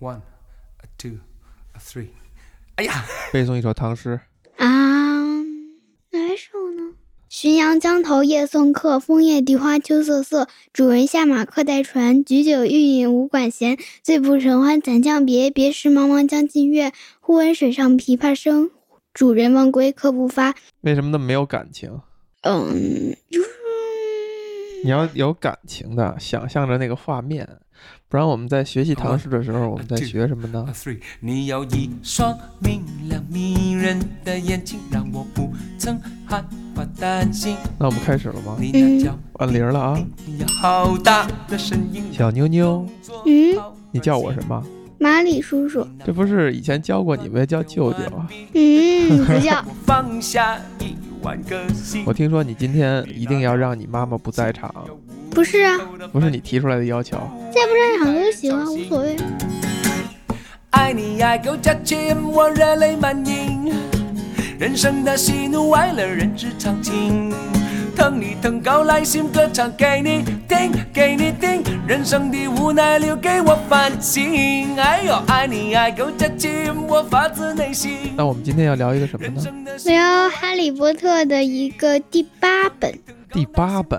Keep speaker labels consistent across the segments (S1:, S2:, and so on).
S1: one, a two, a three。哎呀，
S2: 背诵一首唐诗。
S3: 啊，哪一首呢？浔阳江头夜送客，枫叶荻花秋瑟瑟。主人下马客待船，举酒欲饮无管弦。醉不成欢惨将别，别时茫茫江浸月。忽闻水上琵琶声，主人忘归客不发。
S2: 为什么那么没有感情？
S3: 嗯，就是
S2: 你要有感情的，想象着那个画面，不然我们在学习唐诗的时候，我们在学什么
S1: A
S2: 呢？
S1: three，你有一双明亮迷人的眼睛，让我不曾害怕担心。
S2: 那我们开始了吗？
S1: 你那叫
S2: 按铃了啊！
S1: 你有好大的身影。
S2: 小妞妞，
S3: 嗯，
S2: 你叫我什么？
S3: 马里叔叔，
S2: 这不是以前教过你们叫舅舅啊？
S3: 嗯，不叫
S1: 我放下一万个心
S2: 我。听说你今天一定要让你妈妈不在场，
S3: 不是啊，
S2: 不是你提出来的要求。
S3: 在不在场都行啊，无 所谓。
S1: 爱你爱够价钱，我热泪满盈。人生的喜怒哀乐，人之常情。疼你疼高来信歌唱给你听，给你听。人生的无奈留给我反省。哎呦，爱你爱够价钱，我发自内心。
S2: 那我们今天要聊一个什么
S1: 人
S2: 呢？
S1: 生的
S3: 我要《哈利波特》的一个第八本，
S2: 第八本。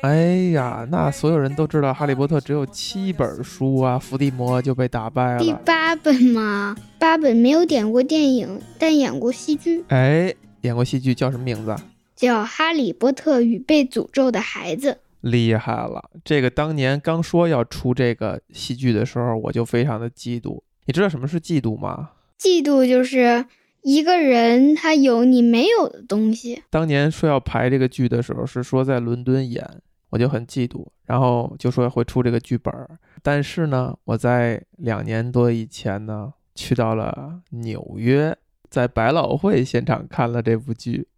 S2: 哎呀，那所有人都知道《哈利波特》只有七本书啊，伏地魔就被打败
S3: 第
S2: 了。
S3: 八本嘛，八本没有演过电影，但演过戏剧，
S2: 哎，演过戏剧叫什么名字啊？
S3: 叫《哈利波特与被诅咒的孩子》。
S2: 厉害了！这个当年刚说要出这个戏剧的时候，我就非常的嫉妒。你知道什么是嫉妒吗？
S3: 嫉妒就是一个人他有你没有的东西，
S2: 当年说要排这个剧的时候，是说在伦敦演，我就很嫉妒，然后就说会出这个剧本儿。但是呢，我在两年多以前呢，去到了纽约，在百老汇现场看了这部剧。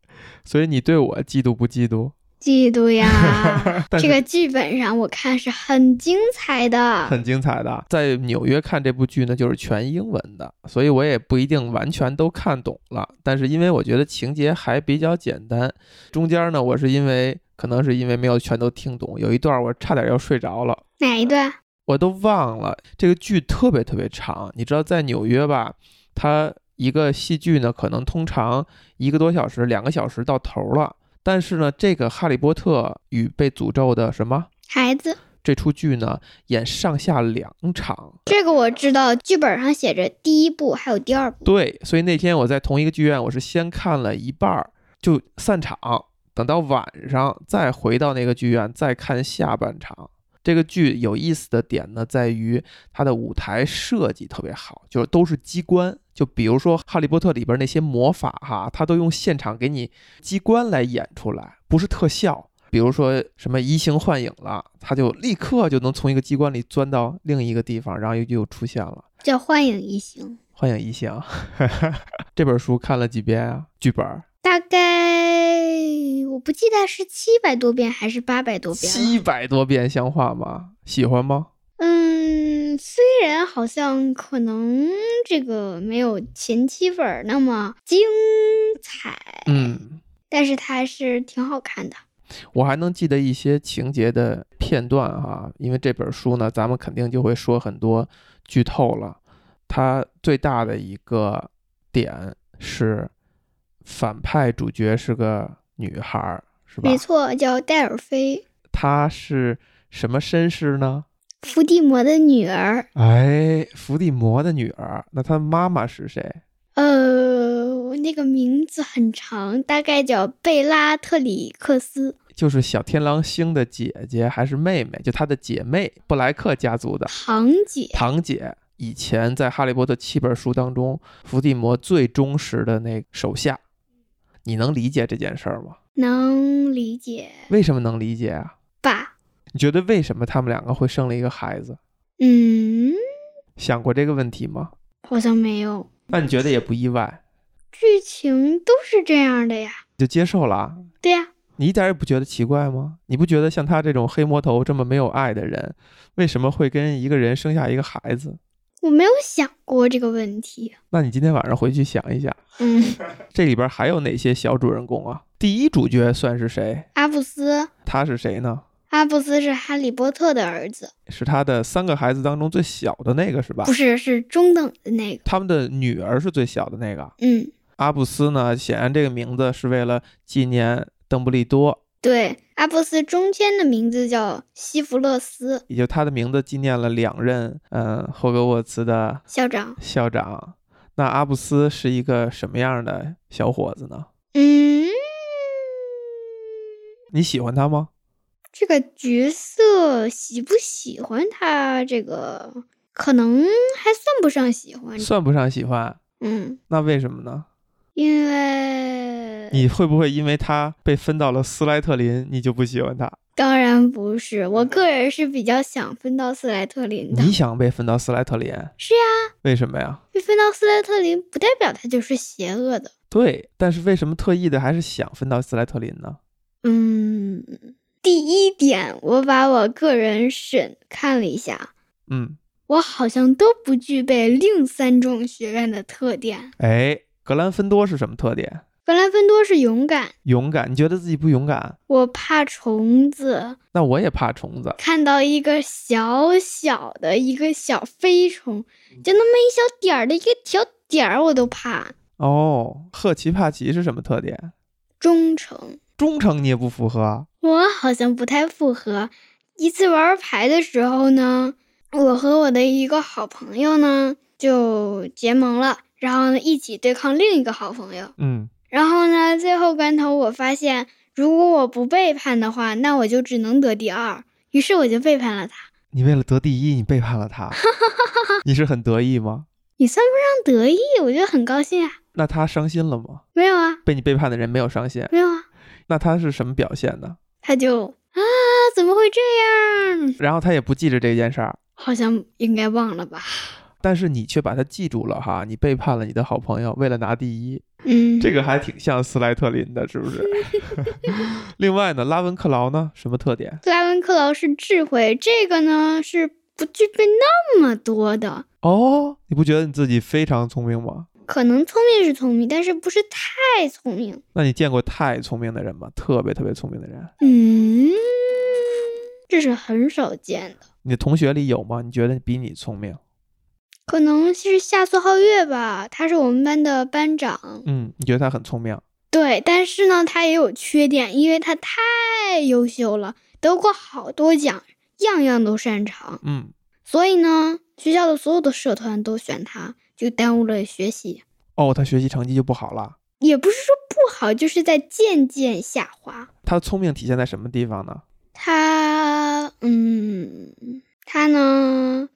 S2: 所以你对我嫉妒不嫉妒？
S3: 嫉妒呀。
S2: 但是
S3: 这个剧本上我看是很精彩的，
S2: 很精彩的。 在纽约看这部剧呢，就是全英文的，所以我也不一定完全都看懂了。但是因为我觉得情节还比较简单，中间呢，我是因为可能是因为没有全都听懂，有一段我差点要睡着了。
S3: 哪一段？
S2: 我都忘了这个剧特别特别长，你知道在纽约吧，它一个戏剧呢，可能通常一个多小时、两个小时到头了。但是呢，这个《哈利波特与被诅咒的什么》
S3: 孩子，
S2: 这出剧呢，演上下两场，
S3: 这个我知道，剧本上写着第一部还有第二部。
S2: 对，所以那天我在同一个剧院，我是先看了一半儿就散场，等到晚上再回到那个剧院再看下半场。这个剧有意思的点呢，在于它的舞台设计特别好，就是都是机关。就比如说《哈利波特》里边那些魔法哈，它都用现场给你机关来演出来，不是特效。比如说什么移形换影了，它就立刻就能从一个机关里钻到另一个地方，然后又又出现了。
S3: 叫《幻影一行
S2: 《幻影异形》 这本书看了几遍啊？剧本儿》，
S3: 大概我不记得是七百多遍还是八百多遍了。
S2: 七百多遍，像话吗？喜欢吗？
S3: 嗯，虽然好像可能这个没有前七本那么精彩，
S2: 嗯，
S3: 但是它还是挺好看的。
S2: 我还能记得一些情节的片段哈、因为这本书呢，咱们肯定就会说很多剧透了。它最大的一个点是，反派主角是个女孩儿，是吧
S3: 没？错，叫戴尔菲，
S2: 她是什么身世呢？
S3: 伏地魔的女儿。
S2: 哎，伏地魔的女儿。那她妈妈是谁？
S3: 呃，那个名字很长，大概叫贝拉特里克斯，
S2: 就是小天狼星的姐姐还是妹妹，就她的姐妹布莱克家族的
S3: 堂姐。
S2: 堂姐。以前在《哈利波特》七本书当中，伏地魔最忠实的那手下，你能理解这件事儿吗？
S3: 能理解
S2: 为什么能理解啊？
S3: 吧？
S2: 你觉得为什么他们两个会生了一个孩子？
S3: 嗯，
S2: 想过这个问题吗？
S3: 好像没有，
S2: 那你觉得也不意外，
S3: 剧情都是这样的呀。
S2: 就接受了啊？
S3: 对呀、
S2: 你一点也不觉得奇怪吗？你不觉得像他这种黑魔头这么没有爱的人，为什么会跟一个人生下一个孩子？
S3: 我没有想过这个问题。
S2: 那你今天晚上回去想一想。
S3: 嗯，
S2: 这里边还有哪些小主人公啊？第一主角算是谁？
S3: 阿布斯、
S2: 他是谁呢？
S3: 阿布斯是哈利波特的儿子，
S2: 是他的三个孩子当中最小的那个，是吧
S3: 不？是，是中等的那个。
S2: 他们的女儿是最小的那个。
S3: 嗯，
S2: 阿布斯呢，显然这个名字是为了纪念邓布利多，
S3: 对，阿布斯中间的名字叫西弗勒斯
S2: 也就他的名字纪念了两任嗯霍格沃茨的
S3: 校长。
S2: 校长。那阿布斯是一个什么样的小伙子呢？
S3: 嗯，
S2: 你喜欢他吗？
S3: 这个角色喜不喜欢他，这个可能还算不上喜欢。
S2: 算不上喜欢，
S3: 嗯，
S2: 那为什么呢？
S3: 因为
S2: 你会不会因为他被分到了斯莱特林，你就不喜欢他？
S3: 当然不是，我个人是比较想分到斯莱特林的。
S2: 你想被分到斯莱特林？
S3: 是啊呀、
S2: 为什么呀？
S3: 被分到斯莱特林不代表他就是邪恶的。
S2: 对，但是为什么特意的还是想分到斯莱特林呢？
S3: 嗯，第一点，我把我个人审看了一下，
S2: 嗯，
S3: 我好像都不具备另三种学院的特点。
S2: 哎，格兰芬多是什么特点？
S3: 格兰芬多是勇敢，
S2: 勇敢。你觉得自己不勇敢？
S3: 我怕虫子，
S2: 那我也怕虫子。
S3: 看到一个小小的一个小飞虫，就那么一小点儿的一个小点儿，我都怕。
S2: 哦，赫奇帕奇是什么特点？
S3: 忠诚，
S2: 忠诚你也不符合。
S3: 我好像不太符合。一次玩牌的时候呢，我和我的一个好朋友呢就结盟了，然后呢一起对抗另一个好朋友。
S2: 嗯，
S3: 然后呢，最后关头我发现，如果我不背叛的话，那我就只能得第二。于是我就背叛了他。
S2: 你为了得第一，你背叛了 他，你是很得意吗？
S3: 也算不上得意，我觉得很高兴啊。
S2: 那他伤心了吗？
S3: 没有啊，
S2: 被你背叛的人没有伤心，
S3: 没有啊，
S2: 那他是什么表现呢？
S3: 他就啊，怎么会这样？
S2: 然后他也不记着这件事儿，
S3: 好像应该忘了吧？
S2: 但是你却把他记住了哈，你背叛了你的好朋友，为了拿第一，
S3: 嗯，
S2: 这个还挺像斯莱特林的，是 不是？另外呢，拉文克劳呢，什么特点？
S3: 克拉文克劳是智慧，这个呢是不具备那么多的。
S2: 哦，你不觉得你自己非常聪明吗？
S3: 可能聪明是聪明，但是不是太聪明。
S2: 那你见过太聪明的人吗？特别特别聪明的人，
S3: 嗯，这是很少见的。
S2: 你的同学里有吗？你觉得比你聪明？
S3: 可能是夏苏皓月吧，他是我们班的班长。
S2: 嗯，你觉得他很聪明？
S3: 对，但是呢，他也有缺点，因为他太优秀了，得过好多奖，样样都擅长，
S2: 嗯，
S3: 所以呢，学校的所有的社团都选他，就耽误了学习。
S2: 哦，他学习成绩就不好了。
S3: 也不是说不好，就是在渐渐下滑。
S2: 他的聪明体现在什么地方呢？
S3: 他，嗯，他呢，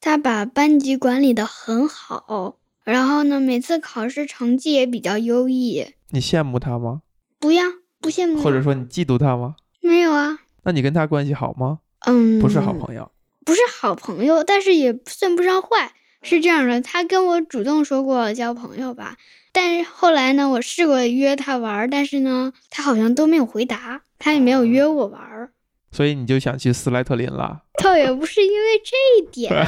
S3: 他把班级管理的很好，然后呢，每次考试成绩也比较优异。
S2: 你羡慕他吗？
S3: 不呀，不羡慕啊，
S2: 或者说你嫉妒他吗？
S3: 没有啊，
S2: 那你跟他关系好吗？
S3: 嗯，
S2: 不是好朋友。
S3: 不是好朋友，但是也算不上坏。是这样的，他跟我主动说过交朋友吧，但是后来呢，我试过约他玩儿，但是呢，他好像都没有回答，他也没
S2: 哦
S3: 有约我玩儿。
S2: 所以你就想去斯莱特林了。
S3: 倒也不是因为这一点，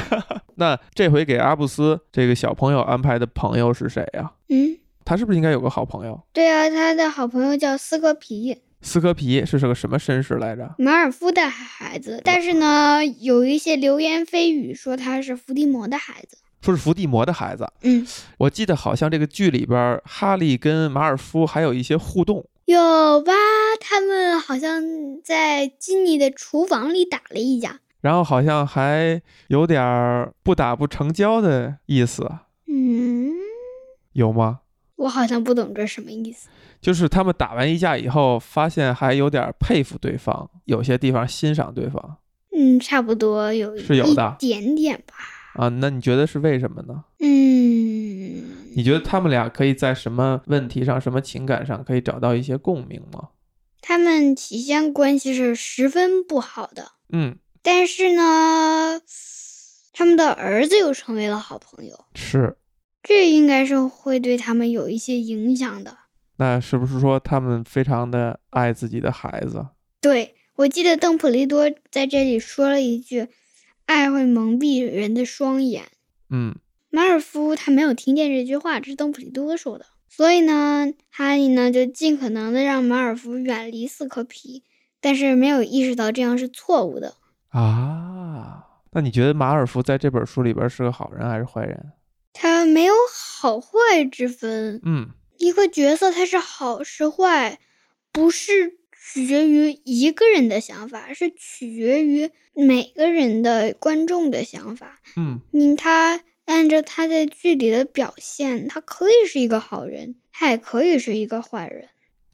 S2: 那这回给阿布斯这个小朋友安排的朋友是谁呀、
S3: 嗯，
S2: 他是不是应该有个好朋友？
S3: 对啊，他的好朋友叫斯科皮，
S2: 斯科皮是是个什么绅士来着？
S3: 马尔夫的孩子，但是呢，有一些流言蜚语说他是伏地魔的孩子。
S2: 说是伏地魔的孩子。
S3: 嗯，
S2: 我记得好像这个剧里边，哈利跟马尔夫还有一些互动。
S3: 有吧？他们好像在金妮的厨房里打了一架。
S2: 然后好像还有点儿不打不成交的意思，
S3: 嗯。
S2: 有吗？
S3: 我好像不懂这什么意思。
S2: 就是他们打完一架以后，发现还有点佩服对方，有些地方欣赏对方
S3: 嗯，差不多有
S2: 是有的
S3: 一点点吧。
S2: 啊。那你觉得是为什么呢？
S3: 嗯，
S2: 你觉得他们俩可以在什么问题上、什么情感上可以找到一些共鸣吗？
S3: 他们起先关系是十分不好的，
S2: 嗯，
S3: 但是呢，他们的儿子又成为了好朋友，
S2: 是。
S3: 这应该是会对他们有一些影响的。
S2: 那是不是说他们非常的爱自己的孩子？
S3: 对我记得邓普利多在这里说了一句：“爱会蒙蔽人的双眼。”
S2: 嗯，
S3: 马尔夫他没有听见这句话，这是邓普利多说的。所以呢，哈利呢就尽可能的让马尔夫远离斯科皮，但是没有意识到这样是错误的。
S2: 啊。那你觉得马尔福在这本书里边是个好人还是坏人？
S3: 他没有好坏之分，
S2: 嗯，
S3: 一个角色他是好是坏，不是取决于一个人的想法，是取决于每个人的观众的想法。
S2: 嗯，
S3: 嗯，他按照他在剧里的表现，他可以是一个好人，他也可以是一个坏人。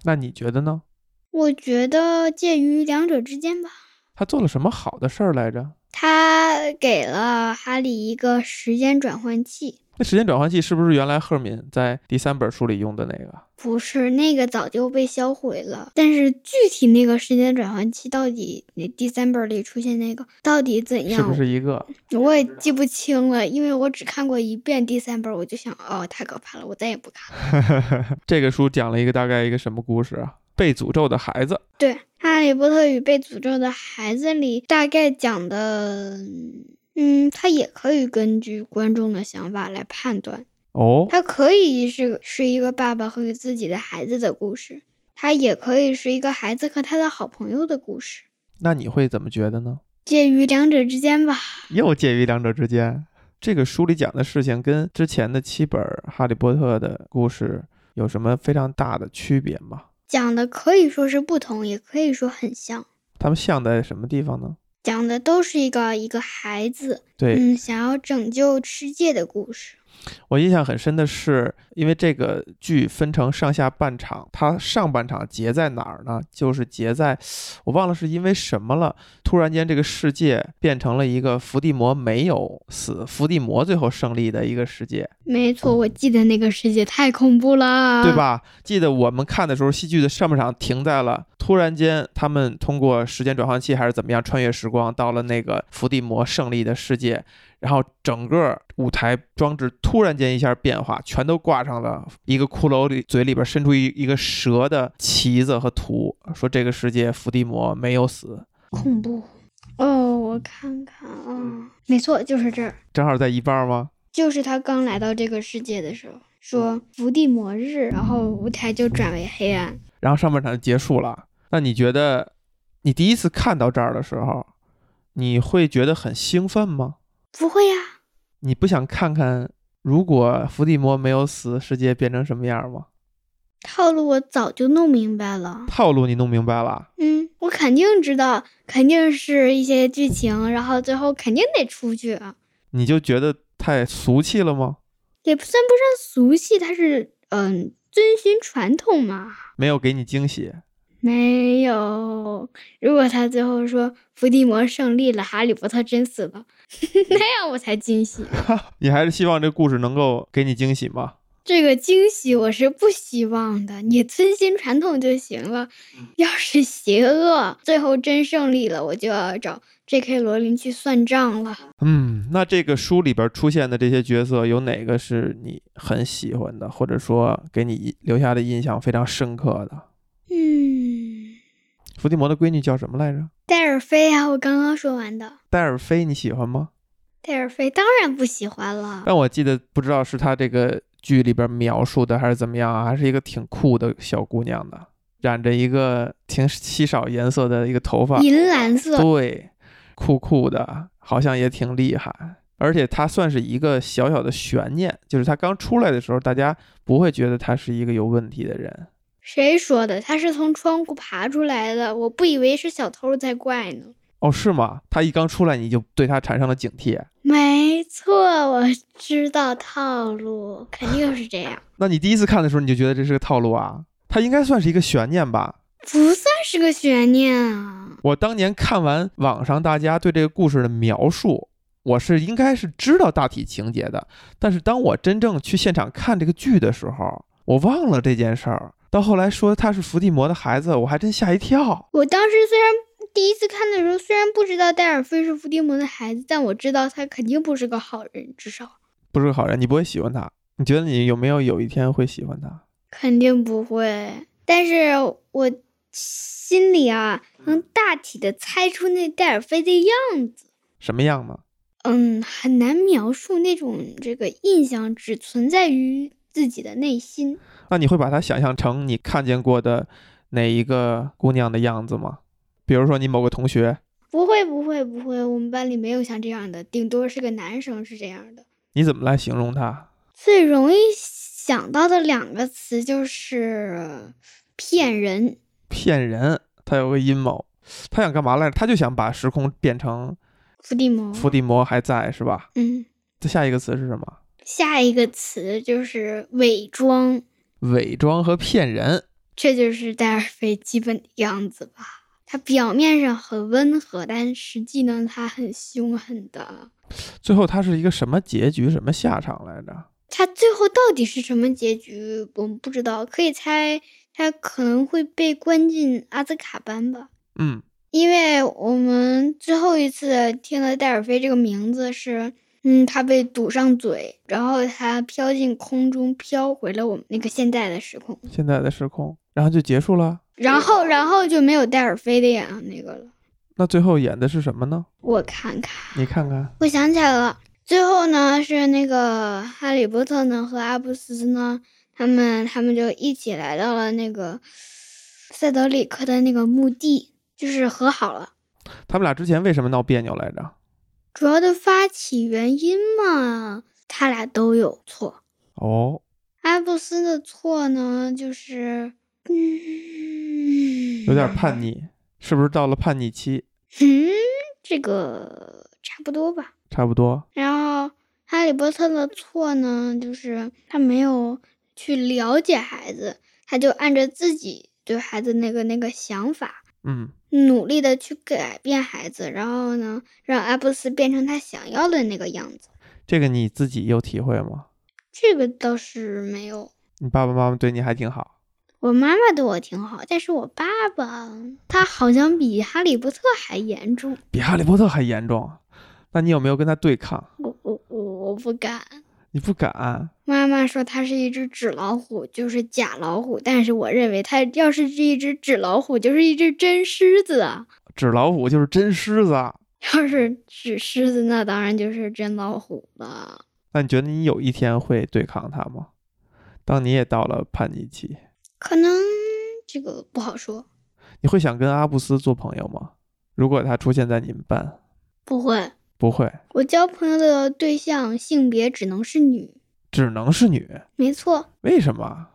S2: 那你觉得呢？
S3: 我觉得介于两者之间吧。
S2: 他做了什么好的事儿来着？
S3: 他给了哈利一个时间转换器，
S2: 那时间转换器是不是原来赫敏在第三本书里用的那个？
S3: 不是那个早就被销毁了。但是具体那个时间转换器到底那第三本里出现那个到底怎
S2: 是
S3: 样，
S2: 不是一个？
S3: 我也记不清了，因为我只看过一遍第三本，我就想哦太可怕了，我再也不看了。
S2: 这个书讲了一个大概一个什么故事啊？被诅咒的孩子。
S3: 对，《哈利波特与被诅咒的孩子》里大概讲的，嗯，他也可以根据观众的想法来判断。
S2: 哦，
S3: 它可以是是一个爸爸和自己的孩子的故事，它也可以是一个孩子和他的好朋友的故事，
S2: 那你会怎么觉得呢？
S3: 介于两者之间吧。
S2: 又介于两者之间。这个书里讲的事情跟之前的七本《哈利波特》的故事有什么非常大的区别吗？
S3: 讲的可以说是不同，也可以说很像，
S2: 他们像在什么地方呢？
S3: 讲的都是一个一个孩子，
S2: 对、
S3: 嗯，想要拯救世界的故事。
S2: 我印象很深的是，因为这个剧分成上下半场，它上半场结在哪儿呢？就是结在，我忘了是因为什么了。突然间，这个世界变成了一个伏地魔没有死，伏地魔最后胜利的一个世界。
S3: 没错，我记得那个世界太恐怖了，
S2: 对？吧？记得我们看的时候，戏剧的上半场停在了突然间，他们通过时间转换器还是怎么样穿越时光，到了那个伏地魔胜利的世界，然后整个舞台装置突然间一下变化，全都挂上了一个骷髅里嘴里边伸出一一个蛇的旗子和图，说这个世界伏地魔没有死，
S3: 恐怖。哦，我看看啊、
S2: 嗯
S3: 没错，就是这儿。
S2: 正好在一半吗？
S3: 就是他刚来到这个世界的时候，说伏地魔日，然后舞台就转为黑暗。
S2: 然后上半场就结束了。那你觉得，你第一次看到这儿的时候，你会觉得很兴奋吗？
S3: 不会呀、
S2: 你不想看看如果伏地魔没有死，世界变成什么样吗？
S3: 套路我早就弄明白了。
S2: 套路你弄明白了，
S3: 嗯，我肯定知道，肯定是一些剧情，然后最后肯定得出去啊，
S2: 你就觉得太俗气了吗？
S3: 也不算不上俗气，它是嗯遵循传统嘛。
S2: 没有给你惊喜，
S3: 没有，如果他最后说伏地魔胜利了，哈利波特真死了， 那样我才惊喜。
S2: 你还是希望这故事能够给你惊喜吗？
S3: 这个惊喜我是不希望的，你遵循传统就行了。要是邪恶最后真胜利了，我就要找 J.K. 罗琳去算账了。
S2: 嗯，那这个书里边出现的这些角色，有哪个是你很喜欢的，或者说给你留下的印象非常深刻的？
S3: 嗯，
S2: 伏地魔的闺女叫什么来着？
S3: 戴尔菲啊，我刚刚说完的，
S2: 戴尔菲，你喜欢吗？
S3: 戴尔菲当然不喜欢 了。
S2: 但我记得不知道是她这个剧里边描述的还是怎么样啊，还是一个挺酷的小姑娘的，染着一个挺稀少颜色的一个头发，
S3: 银蓝色，
S2: 对，酷酷的，好像也挺厉害。而且她算是一个小小的悬念，就是她刚出来的时候，大家不会觉得她是一个有问题的人。
S3: 谁说的？他是从窗户爬出来的，我不以为是小偷才怪呢。
S2: 哦，是吗？她一刚出来，你就对她产生了警惕。
S3: 没错，我知道套路，肯定是这样。
S2: 那你第一次看的时候，你就觉得这是个套路啊？她应该算是一个悬念吧？
S3: 不算是个悬念啊。
S2: 我当年看完网上大家对这个故事的描述，我是应该是知道大体情节的，但是当我真正去现场看这个剧的时候，我忘了这件事儿。到后来说他是伏地魔的孩子，我还真吓一跳。
S3: 我当时虽然第一次看的时候，虽然不知道戴尔菲是伏地魔的孩子，但我知道他肯定不是个好人，至少
S2: 不是个好人，你不会喜欢他？你觉得你有没有有一天会喜欢他？
S3: 肯定不会。但是我心里啊，能大体的猜出那戴尔菲的样子。
S2: 什么样呢？
S3: 嗯，很难描述那种这个印象，只存在于自己的内心。
S2: 那你会把他想象成你看见过的哪一个姑娘的样子吗？比比如说你某个同学，
S3: 不会不会不会，我们班里没有像这样的，顶多是个男生是这样的。
S2: 你怎么来形容他？
S3: 最容易想到的两个词就是骗人，
S2: 骗人，他有个阴谋，他想干嘛来着？他就想把时空变成
S3: 伏地魔。
S2: 伏地魔还在是吧？
S3: 嗯，
S2: 这下一个词是什么？
S3: 下一个词就是伪装，
S2: 伪装和骗人。
S3: 这就是戴尔菲基本的样子吧。他表面上很温和，但实际呢，他很凶狠的。
S2: 最后他是一个什么结局、什么下场来着？
S3: 他最后到底是什么结局，我们不知道，可以猜他可能会被关进阿兹卡班吧。
S2: 嗯，
S3: 因为我们最后一次听了戴尔菲这个名字是，嗯，他被堵上嘴，然后他飘进空中，飘回了我们那个现在的时空，
S2: 现在的时空，然后就结束了。
S3: 然后，然后就没有戴尔菲的演的那个了。
S2: 那最后演的是什么呢？
S3: 我看啊看，
S2: 你看看，
S3: 我想起来了，最后呢是那个哈利波特呢和阿布斯呢，他们他们就一起来到了那个塞德里克的那个墓地，就是和好了。
S2: 他们俩之前为什么闹别扭来着？
S3: 主要的发起原因嘛，他俩都有错。
S2: 哦，
S3: 阿布斯的错呢，就是嗯，
S2: 有点叛逆，是不是到了叛逆期？
S3: 嗯，这个差不多吧。
S2: 差不多。
S3: 然后哈利波特的错呢，就是他没有去了解孩子，他就按照自己对孩子那个那个想法，
S2: 嗯，
S3: 努力的去改变孩子，然后呢，让阿布斯变成他想要的那个样子。
S2: 这个你自己有体会吗？
S3: 这个倒是没有。
S2: 你爸爸妈妈对你还挺好。
S3: 我妈妈对我挺好，但是我爸爸他好像比哈利波特还严重。
S2: 比哈利波特还严重，啊那你有没有跟他对抗？
S3: 我我我我不敢。
S2: 你不敢，
S3: 妈妈说它是一只纸老虎，就是假老虎，但是我认为它要是是一只纸老虎，就是一只真狮子啊。
S2: 纸老虎就是真狮子啊。
S3: 要是纸狮子，那当然就是真老虎了。
S2: 那你觉得你有一天会对抗他吗？当你也到了叛逆期，
S3: 可能这个不好说，
S2: 你会想跟阿布斯做朋友吗？如果他出现在你们班，
S3: 不会。
S2: 不会，
S3: 我交朋友的对象性别只能是女，
S2: 只能是女。
S3: 没错，
S2: 为什么？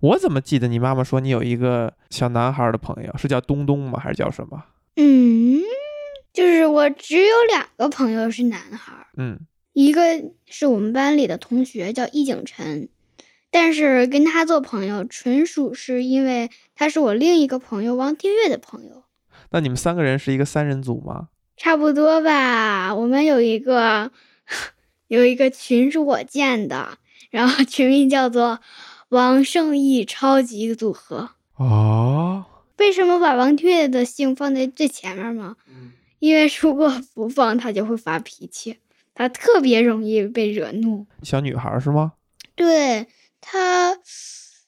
S2: 我怎么记得你妈妈说你有一个小男孩的朋友，是叫东东吗？还是叫什么？
S3: 嗯，就是我只有两个朋友是男孩儿，
S2: 嗯，
S3: 一个是我们班里的同学叫易景晨，但是跟他做朋友纯属是因为他是我另一个朋友王天月的朋友，
S2: 那你们三个人是一个三人组吗？
S3: 差不多吧。我们有一个 有一个群是我建的，然后群名叫做王胜义超级组合。
S2: 哦，
S3: 为什么把王天月的姓放在最前面吗？因为如果不放，他就会发脾气，他特别容易被惹怒。
S2: 小女孩是吗？
S3: 对他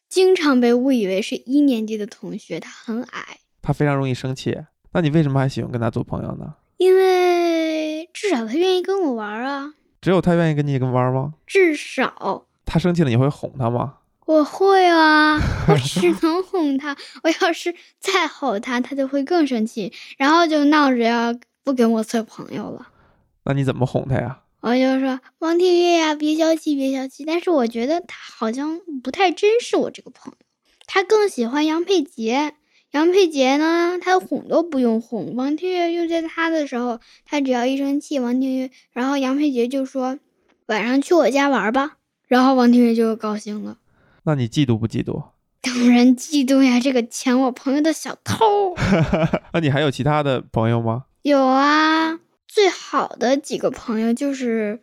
S3: 经常被误以为是一年级的同学，他很矮，
S2: 她非常容易生气。那你为什么还喜欢跟她做朋友呢？
S3: 因为至少他愿意跟我玩啊，
S2: 只有她愿意跟你跟玩吗？
S3: 至少
S2: 她生气了，你会哄她吗？
S3: 我会啊，我只能哄他，我要是再吼他，他就会更生气，然后就闹着要不跟我做朋友了。
S2: 那你怎么哄她呀？
S3: 我就说王天月呀、别消气，别消气。但是我觉得他好像不太珍视我这个朋友，他更喜欢杨佩杰。杨佩杰呢，他哄都不用哄，王天月用在他的时候，他只要一生气，王天月，然后杨佩杰就说晚上去我家玩吧，然后王天月就高兴了。
S2: 那你嫉妒不嫉妒？
S3: 当然嫉妒呀，这个抢我朋友的小偷
S2: 那你还有其他的朋友吗？
S3: 有啊。最好的几个朋友就是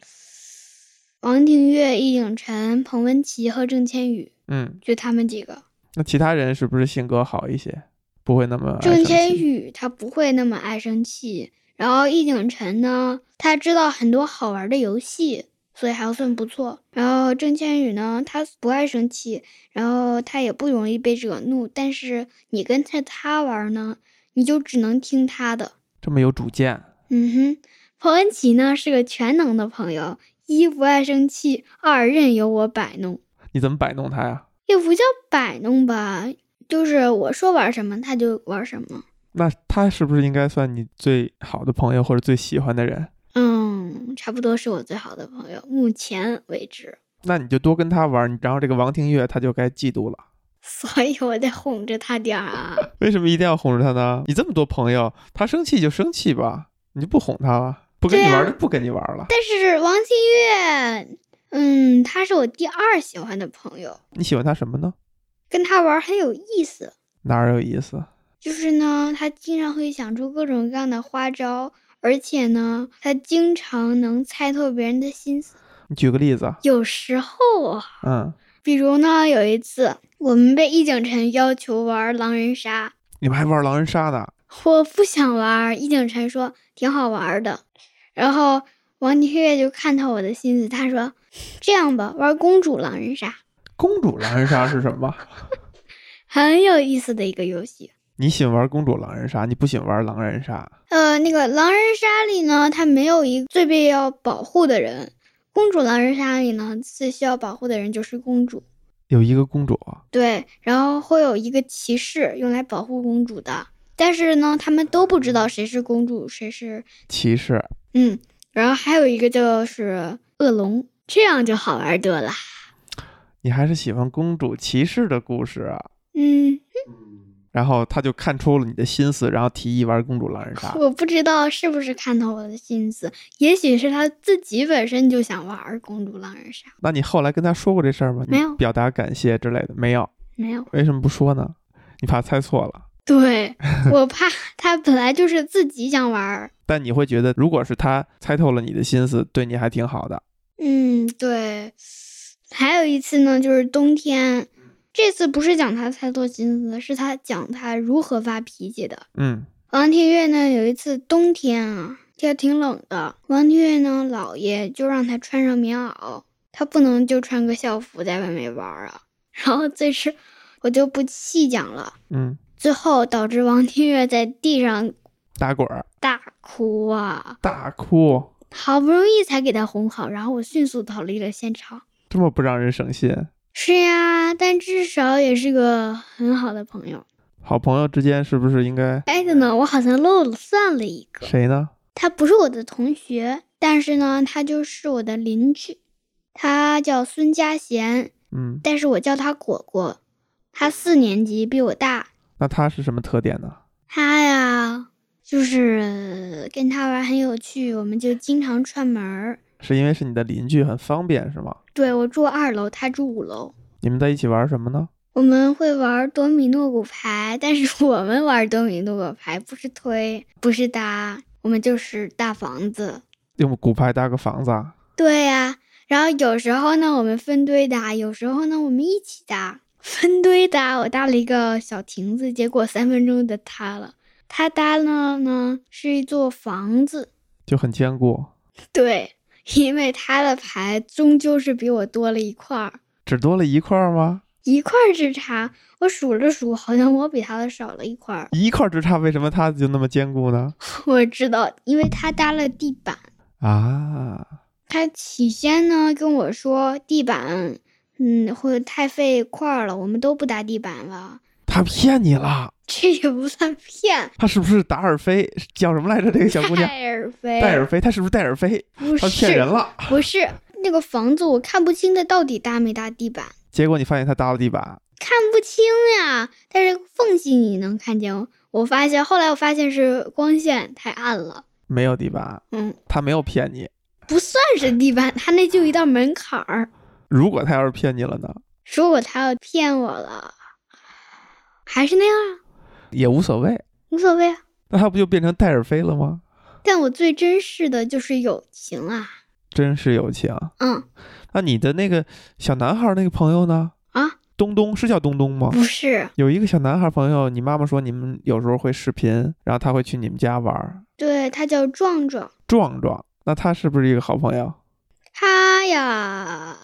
S3: 王庭月、易景晨、彭文琪和郑千羽，
S2: 嗯，
S3: 就他们几个。
S2: 那其他人是不是性格好一些，不会那么爱
S3: 郑
S2: 生
S3: 千
S2: 气
S3: 羽他不会那么爱生气，然后易景晨呢，他知道很多好玩的游戏，所以还算不错。然后郑千羽呢，他不爱生气，然后他也不容易被惹怒。但是你跟着他玩呢，你就只能听他的。
S2: 这么有主见？
S3: 嗯哼，彭文琪呢是个全能的朋友，一不爱生气，二任由我摆弄，
S2: 你怎么摆弄他呀？
S3: 也不叫摆弄吧，就是我说玩什么他就玩什么。
S2: 那他是不是应该算你最好的朋友或者最喜欢的人？
S3: 嗯，差不多是我最好的朋友，目前为止。
S2: 那你就多跟他玩儿，然后这个王庭月他就该嫉妒了。
S3: 所以我得哄着他点儿啊。
S2: 为什么一定要哄着他呢？你这么多朋友，他生气就生气吧，你就不哄他吧，不跟你玩儿
S3: 对啊
S2: 就不跟你玩儿了。
S3: 但是王新月，嗯，他是我第二喜欢的朋友，
S2: 你喜欢他什么呢？
S3: 跟他玩儿很有意思。
S2: 哪儿有意思？
S3: 就是呢，他经常会想出各种各样的花招，而且呢，他经常能猜透别人的心思。
S2: 你举个例子啊。
S3: 有时候啊，
S2: 嗯，
S3: 比如呢，有一次我们被易景辰要求玩狼人杀，
S2: 你们还玩狼人杀呢？
S3: 我不想玩，易景辰说挺好玩的，然后王天月就看透我的心思，他说这样吧，玩公主狼人杀，
S2: 公主狼人杀是什么？
S3: 很有意思的一个游戏。
S2: 你喜欢玩公主狼人杀，你不喜欢玩狼人杀。
S3: 呃，那个狼人杀里呢，它没有一最被要保护的人。公主狼人杀里呢，最需要保护的人就是公主，
S2: 有一个公主，
S3: 对，然后会有一个骑士用来保护公主的。但是呢，他们都不知道谁是公主，谁是
S2: 骑士，
S3: 嗯，然后还有一个就是恶龙，这样就好玩多了。
S2: 你还是喜欢公主骑士的故事啊。
S3: 嗯，
S2: 然后他就看出了你的心思，然后提议玩公主狼人杀。
S3: 我不知道是不是看透我的心思，也许是他自己本身就想玩公主狼人杀，
S2: 那你后来跟他说过这事儿吗？你
S3: 没有
S2: 表达感谢之类的没有？
S3: 没有。
S2: 为什么不说呢？你怕猜错了。
S3: 对我怕他本来就是自己想玩儿。
S2: 但你会觉得，如果是他猜透了你的心思，对你还挺好的。
S3: 嗯，对。还有一次呢，就是冬天，这次不是讲他猜错心思，是他讲他如何发脾气的。
S2: 嗯，
S3: 王天月呢，有一次冬天啊，天挺冷的，王天月呢，姥爷就让他穿上棉袄，他不能就穿个校服在外面玩儿啊。然后这事我就不细讲了，
S2: 嗯，
S3: 最后导致王天月在地上
S2: 打滚儿，
S3: 大哭啊，
S2: 大哭，
S3: 好不容易才给他哄好，然后我迅速逃离了现场。
S2: 这么不让人省心。
S3: 是呀，但至少也是个很好的朋友。
S2: 好朋友之间是不是应该
S3: 哎，等等，我好像漏了算了一个。
S2: 谁呢？
S3: 他不是我的同学，但是呢，他就是我的邻居。他叫孙嘉贤，
S2: 嗯，
S3: 但是我叫他果果。他四年级，比我大。
S2: 那他是什么特点呢？
S3: 他呀，就是跟他玩很有趣，我们就经常串门儿。
S2: 是因为是你的邻居，很方便是吗？
S3: 对我住二楼，他住五楼。
S2: 你们在一起玩什么呢？
S3: 我们会玩多米诺骨牌，但是我们玩多米诺骨牌不是推，不是搭，我们就是搭房子。
S2: 用骨牌搭个房子啊？
S3: 对呀、然后有时候呢，我们分堆搭，有时候呢，我们一起搭。分堆搭，我搭了一个小亭子，结果三分钟就塌了。他搭了呢是一座房子，
S2: 就很坚固，
S3: 对，因为他的牌终究是比我多了一块儿，
S2: 只多了一块儿吗？
S3: 一块儿之差。我数了数，好像我比他的少了一块儿。
S2: 一块儿之差，为什么它就那么坚固呢？
S3: 我知道，因为他搭了地板。
S2: 啊，
S3: 他起先呢跟我说地板，嗯，会太费块儿了，我们都不搭地板了。
S2: 他骗你了，
S3: 这也不算骗，
S2: 他是不是达尔菲？叫什么来着？这个小姑娘
S3: 戴尔菲，
S2: 戴尔菲，他是不是戴尔菲？
S3: 不
S2: 他骗人
S3: 是，
S2: 了。
S3: 不是那个房子，我看不清它到底搭没搭地板，
S2: 结果你发现他搭了地板，
S3: 看不清呀。但是缝隙你能看见。我发现后来我发现是光线太暗了，
S2: 没有地板，
S3: 嗯，
S2: 他没有骗你。
S3: 不算是地板，它那就一道门槛儿。
S2: 如果他要是骗你了呢，
S3: 如果他要骗我了，还是那样啊，
S2: 也无所谓。
S3: 无所谓啊。
S2: 那他不就变成戴尔菲了吗？
S3: 但我最珍视的就是友情啊，
S2: 真是友情。
S3: 嗯
S2: 那你的那个小男孩儿那个朋友呢？
S3: 啊，
S2: 东东是叫东东吗？
S3: 不是，
S2: 有一个小男孩朋友，你妈妈说你们有时候会视频，然后他会去你们家玩儿。
S3: 对他叫壮壮，
S2: 壮壮，那他是不是一个好朋友？
S3: 他呀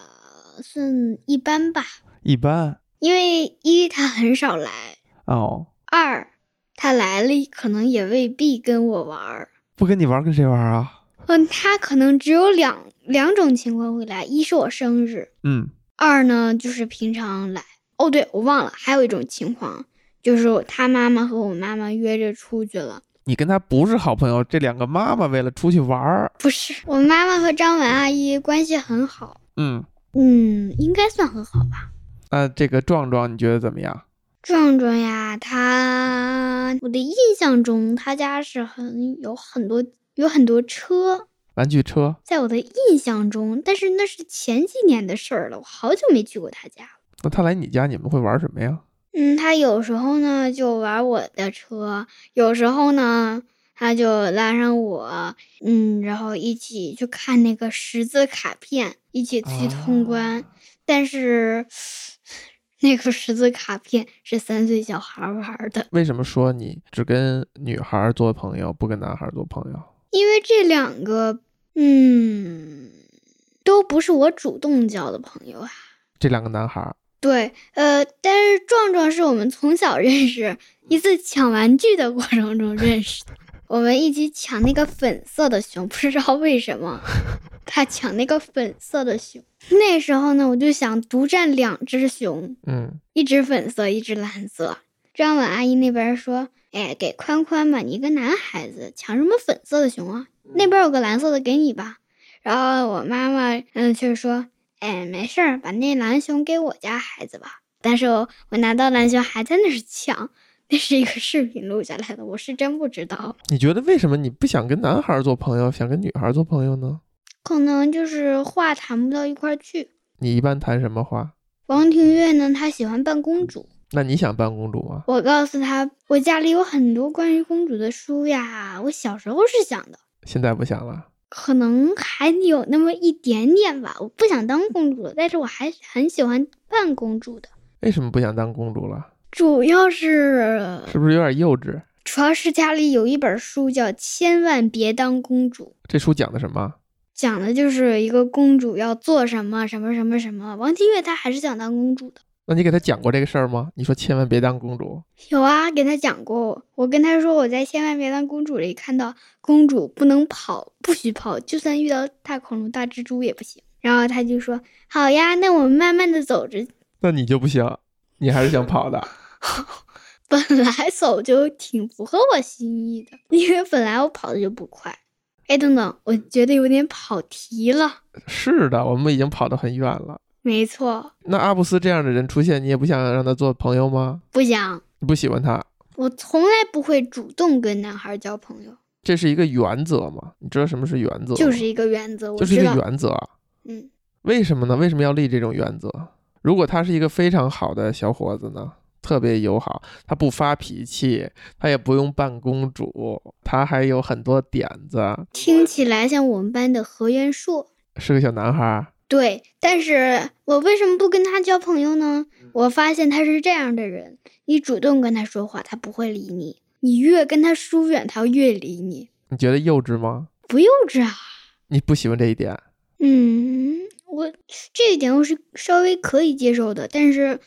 S3: 算一般吧，
S2: 一般
S3: 因为一他很少来，
S2: 哦，
S3: 二他来了可能也未必跟我玩儿，
S2: 不跟你玩儿跟谁玩儿啊？
S3: 嗯，他可能只有两两种情况会来，一是我生日，
S2: 嗯，
S3: 二呢就是平常来。哦，对，我忘了，还有一种情况就是他妈妈和我妈妈约着出去了。
S2: 你跟他不是好朋友，这两个妈妈为了出去玩儿，
S3: 不是，我妈妈和张文阿姨关系很好，
S2: 嗯，
S3: 嗯，应该算很好吧。
S2: 那这个壮壮你觉得怎么样？
S3: 壮壮呀，他我的印象中，他家是很有很多有很多车，
S2: 玩具车，
S3: 在我的印象中，但是那是前几年的事儿了，我好久没去过他家了。
S2: 那他来你家你们会玩什么呀？
S3: 嗯，他有时候呢就玩我的车，有时候呢他就拉上我，嗯，然后一起去看那个十字卡片，一起去通关。但是 那个十字卡片是三岁小孩儿玩儿的，
S2: 为什么说你只跟女孩儿做朋友，不跟男孩儿做朋友？
S3: 因为这两个，嗯，都不是我主动交的朋友啊。
S2: 这两个男孩儿，
S3: 对，呃，但是壮壮是我们从小认识，一次抢玩具的过程中认识的。我们一起抢那个粉色的熊，不知道为什么他抢那个粉色的熊。那时候呢，我就想独占两只熊，
S2: 嗯，
S3: 一只粉色，一只蓝色。张婉阿姨那边说：“哎，给宽宽吧，你一个男孩子抢什么粉色的熊啊？那边有个蓝色的，给你吧。”然后我妈妈嗯却说：“哎，没事儿，把那蓝熊给我家孩子吧。”但是我我拿到蓝熊还在那儿抢，那是一个视频录下来的，我是真不知道，
S2: 你觉得为什么你不想跟男孩儿做朋友，想跟女孩儿做朋友呢？
S3: 可能就是话谈不到一块儿去。
S2: 你一般谈什么话？
S3: 王庭月呢，她喜欢扮公主，
S2: 那你想扮公主吗？
S3: 我告诉他，我家里有很多关于公主的书呀。我小时候是想的，
S2: 现在不想了。
S3: 可能还有那么一点点吧。我不想当公主了，但是我还很喜欢扮公主的。
S2: 为什么不想当公主了？
S3: 主要是，
S2: 是不是有点幼稚？
S3: 主要是家里有一本书叫《千万别当公主》，
S2: 这书讲的什么？
S3: 讲的就是一个公主要做什么什么什么什么。王清月她还是想当公主的。
S2: 那你给他讲过这个事儿吗？你说千万别当公主，
S3: 有啊，给他讲过。我跟他说，我在《千万别当公主》里看到，公主不能跑，不许跑，就算遇到大恐龙、大蜘蛛也不行。然后他就说：“好呀，那我们慢慢的走着。
S2: 那你就不行，你还是想跑的。”
S3: 本来走就挺符合我心意的，因为本来我跑的就不快。哎，等等，我觉得有点跑题了。
S2: 是的，我们已经跑得很远了。
S3: 没错，
S2: 那阿布斯这样的人出现，你也不想让他做朋友吗？
S3: 不想，
S2: 你不喜欢他，
S3: 我从来不会主动跟男孩交朋友，
S2: 这是一个原则嘛？你知道什么是原则吗？
S3: 就是一个原则。我
S2: 就是一
S3: 知
S2: 个
S3: 道，
S2: 原则啊。
S3: 嗯，
S2: 为什么呢？为什么要立这种原则？如果他是一个非常好的小伙子呢，特别友好，他不发脾气，他也不用扮公主，他还有很多点子，
S3: 听起来像我们班的何元硕。
S2: 是个小男孩儿。
S3: 对，但是我为什么不跟他交朋友呢？我发现他是这样的人，你主动跟他说话，他不会理你；你越跟他疏远，他越理你。
S2: 你觉得幼稚吗？
S3: 不幼稚啊！
S2: 你不喜欢这一点？
S3: 嗯，我这一点我是稍微可以接受的，但是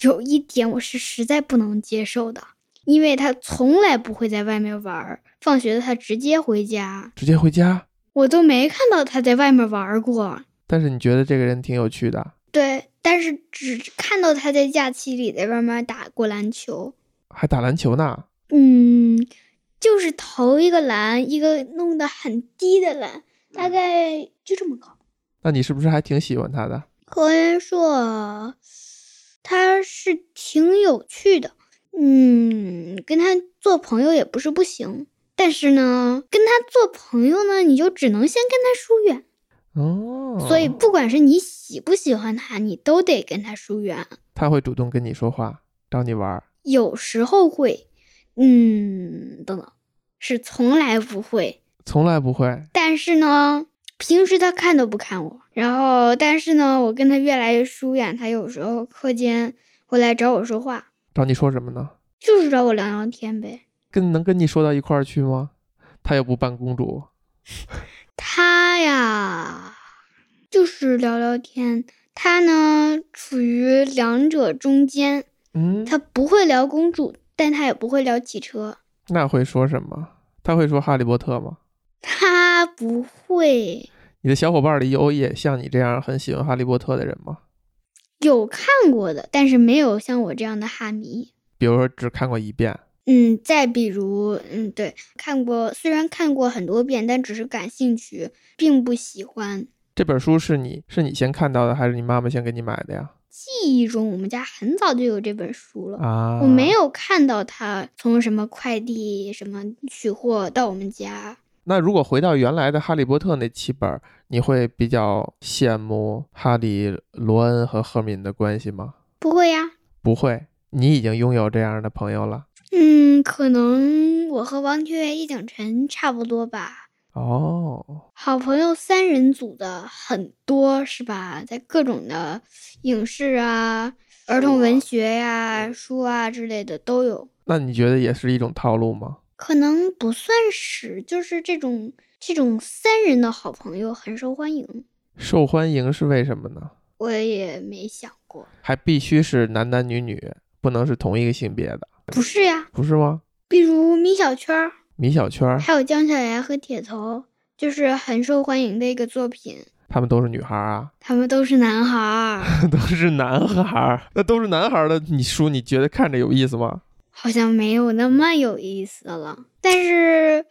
S3: 有一点我是实在不能接受的，因为他从来不会在外面玩儿，放学了他直接回家，
S2: 直接回家？
S3: 我都没看到他在外面玩儿过。
S2: 但是你觉得这个人挺有趣的，
S3: 对，但是只看到他在假期里在外面打过篮球，
S2: 还打篮球呢？
S3: 嗯，就是投一个篮，一个弄得很低的篮，大概就这么高。
S2: 那你是不是还挺喜欢他的？
S3: 何元硕，他是挺有趣的，嗯，跟他做朋友也不是不行，但是呢，跟他做朋友呢，你就只能先跟他疏远，
S2: 哦，
S3: 所以不管是你喜不喜欢他，你都得跟他疏远。
S2: 他会主动跟你说话，找你玩儿。
S3: 有时候会，嗯，等等，是从来不会。
S2: 从来不会，
S3: 但是呢，平时他看都不看我，然后但是呢，我跟他越来越疏远。他有时候课间会来找我说话，
S2: 找你说什么呢？
S3: 就是找我聊聊天呗。
S2: 跟能跟你说到一块儿去吗？他又不扮公主，
S3: 他呀，就是聊聊天。他呢，处于两者中间，
S2: 嗯，
S3: 他不会聊公主，但他也不会聊汽车。
S2: 那会说什么？他会说哈利波特吗？
S3: 他不会
S2: 你的小伙伴里有也像你这样很喜欢哈利波特的人吗？
S3: 有看过的，但是没有像我这样的哈迷。
S2: 比如说只看过一遍，
S3: 嗯，再比如，嗯，对，看过，虽然看过很多遍，但只是感兴趣，并不喜欢。
S2: 这本书是你是你先看到的，还是你妈妈先给你买的呀？
S3: 记忆中，我们家很早就有这本书了，
S2: 啊，
S3: 我没。有看到它从什么快递、什么取货到我们家。
S2: 那如果回到原来的《哈利波特》那七本儿，你会比较羡慕哈利、罗恩和赫敏的关系吗？
S3: 不会呀，
S2: 不会，你已经拥有这样的朋友了。
S3: 嗯，可能我和王雀、叶景晨差不多吧。
S2: 哦，
S3: 好朋友三人组的很多是吧？在各种的影视啊、儿童文学呀、书啊之类的都有。
S2: 那你觉得也是一种套路吗？
S3: 可能不算是，就是这种这种三人的好朋友很受欢迎。
S2: 受欢迎是为什么呢？
S3: 我也没想过，
S2: 还必须是男男女女，不能是同一个性别的，
S3: 不是呀，
S2: 不是吗？
S3: 比如米小圈儿，
S2: 米小圈儿
S3: 还有姜小牙和铁头，就是很受欢迎的一个作品。
S2: 他们都是女孩儿啊，
S3: 他们都是男孩儿，
S2: 都是男孩儿，那都是男孩儿的，你书你觉得看着有意思吗？
S3: 好像没有那么有意思了。但是，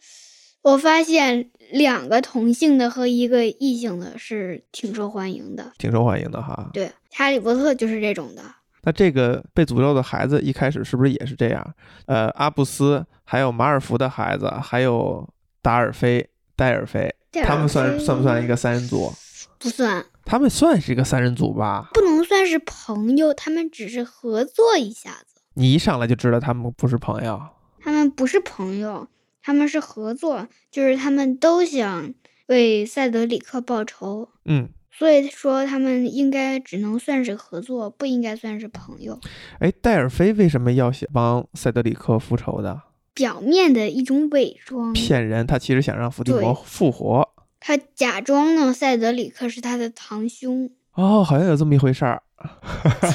S3: 我发现两个同性的和一个异性的是挺受欢迎的。
S2: 挺受欢迎的哈。
S3: 对，《哈利波特》就是这种的。
S2: 那这个被诅咒的孩子一开始是不是也是这样？呃，阿布斯，还有马尔福的孩子，还有达尔菲、戴尔菲，
S3: 戴
S2: 他
S3: 尔
S2: 们算
S3: 菲
S2: 算不算一个三人组？
S3: 不算，
S2: 他们算是一个三人组吧？
S3: 不能算是朋友，他们只是合作一下子，
S2: 你一上来就知道他们不是朋友，
S3: 他们不是朋友，他们是合作，就是他们都想为塞德里克报仇，
S2: 嗯。
S3: 所以说他们应该只能算是合作，不应该算是朋友。
S2: 哎，戴尔菲为什么要想帮塞德里克复仇的？
S3: 表面的一种伪装，
S2: 骗人，他其实想让伏地魔
S3: 嗯对
S2: 复活。
S3: 他假装呢，塞德里克是他的堂 兄。
S2: 哦，好像有这么一回事儿。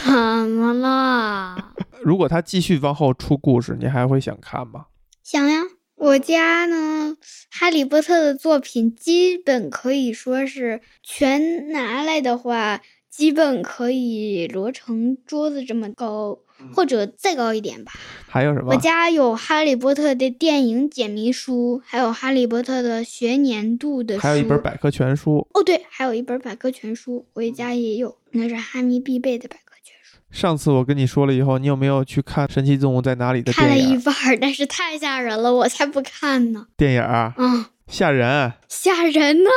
S3: 怎么啦？
S2: 如果他继续往后出故事，你还会想看吗？
S3: 想呀，我家呢，哈利波特的作品基本可以说是全拿来的话，基本可以摞成桌子这么高，
S2: 嗯
S3: 或者再高一点吧。
S2: 还有什么
S3: 我？家有哈利波特的电影解谜书，还有哈利波特的学年度的书，
S2: 还有一本百科全书。
S3: 哦对，还有一本百科全书，我家
S2: 嗯
S3: 也有，那是哈迷必备的百科全书。
S2: 上次我跟你说了以后，你有没有去看《神奇动物在哪里》的
S3: 看了
S2: 电
S3: 一
S2: 影？
S3: 半儿，但是太吓人了，我才不看呢！
S2: 电影儿
S3: 啊、
S2: 吓人，
S3: 吓人呐、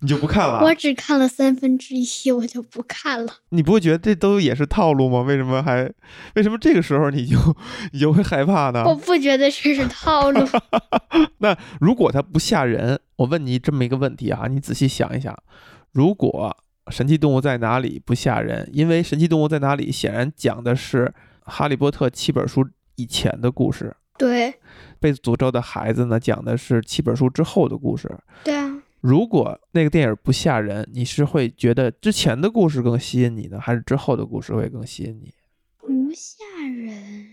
S2: 你就不看
S3: 我
S2: 了？
S3: 只看了三分之一，我就不看了。
S2: 你不会觉得这都也是套路吗？为什么还为什么这个时候你就你就会害怕呢？
S3: 我不觉得这是 套路。
S2: 那如果它不吓人，我问你这么一个问题啊，你仔细想一想，如果《神奇动物在哪里》不吓人，因为《神奇动物在哪里》显然讲的是《哈利波特》七本书以前的故事，
S3: 对
S2: 《被诅咒的孩子》呢讲的是七本书之后的故事。
S3: 对啊，
S2: 如果那个电影不吓人，你是会觉得之前的故事更吸引你呢，还是之后的故事会更吸引你？
S3: 不吓人。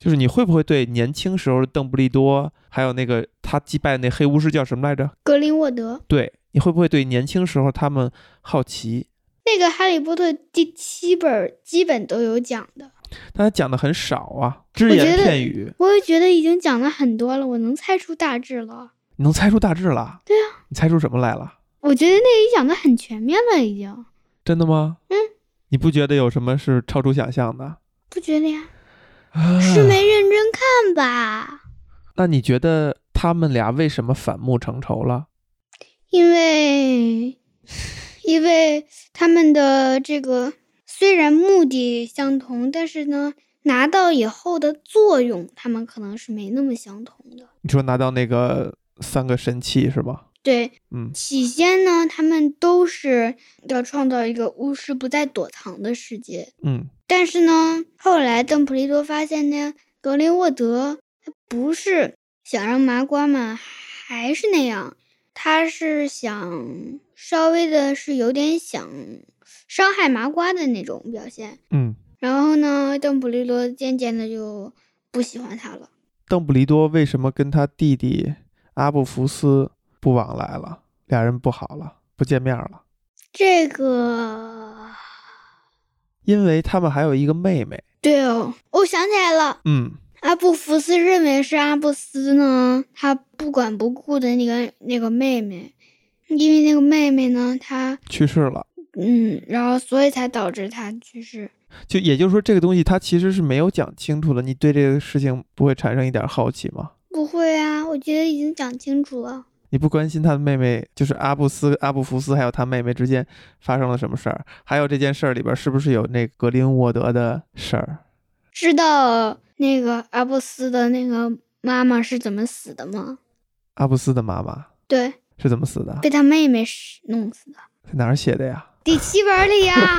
S2: 就是你会不会对年轻时候的邓布利多，还有那个他击败那黑巫师叫什么来着？
S3: 格林沃德
S2: 对，你会不会对年轻时候他们好奇？
S3: 那个《哈利波特》第七本儿基本都有讲的，
S2: 但他讲的很少啊，只
S3: 我觉
S2: 言
S3: 得
S2: 片语，
S3: 我也觉得已经讲了很多了，我能猜出大致了。
S2: 你能猜出大致了？
S3: 对
S2: 啊，你猜出什么来了？
S3: 我觉得那里讲的很全面了，已经
S2: 真的吗？
S3: 嗯，
S2: 你不觉得有什么是超出想象的？
S3: 不觉得呀？
S2: 啊
S3: 是没认真看吧？
S2: 那你觉得他们俩为什么反目成仇了？
S3: 因为，因为他们的这个虽然目的相同，但是呢，拿到以后的作用，他们可能是没那么相同的。
S2: 你说拿到那个三个神器是吗？
S3: 对，
S2: 嗯，
S3: 起先呢，他们都是要创造一个巫师不再躲藏的世界，
S2: 嗯，
S3: 但是呢，后来邓普利多发现呢，格林沃德他不是想让麻瓜们还是那样，他是想稍微的是有点想伤害麻瓜的那种表现。
S2: 嗯，
S3: 然后呢，邓普利多渐渐的就不喜欢他了。
S2: 邓布利多为什么跟他弟弟阿布福斯不往来了？俩人不好了，不见面了，
S3: 这个
S2: 因为他们还有一个妹妹。
S3: 对哦，我想起来了，
S2: 嗯，
S3: 阿布福斯认为是阿布斯呢，他不管不顾的那个那个妹妹，因为那个妹妹呢，她
S2: 去世了。
S3: 嗯，然后所以才导致她去世。
S2: 就也就是说，这个东西它其实是没有讲清楚的。你对这个事情不会产生一点好奇吗？
S3: 不会啊，我觉得已经讲清楚了。
S2: 你不关心他的妹妹，就是阿布斯、阿布福斯，还有他妹妹之间发生了什么事儿？还有这件事儿里边是不是有那格林沃德的事儿？
S3: 知道那个阿布斯的那个妈妈是怎么死的吗？
S2: 阿布斯的妈妈
S3: 对，
S2: 是怎么死的？
S3: 被他妹妹是弄死的。
S2: 在哪儿写的呀？
S3: 第七本里呀，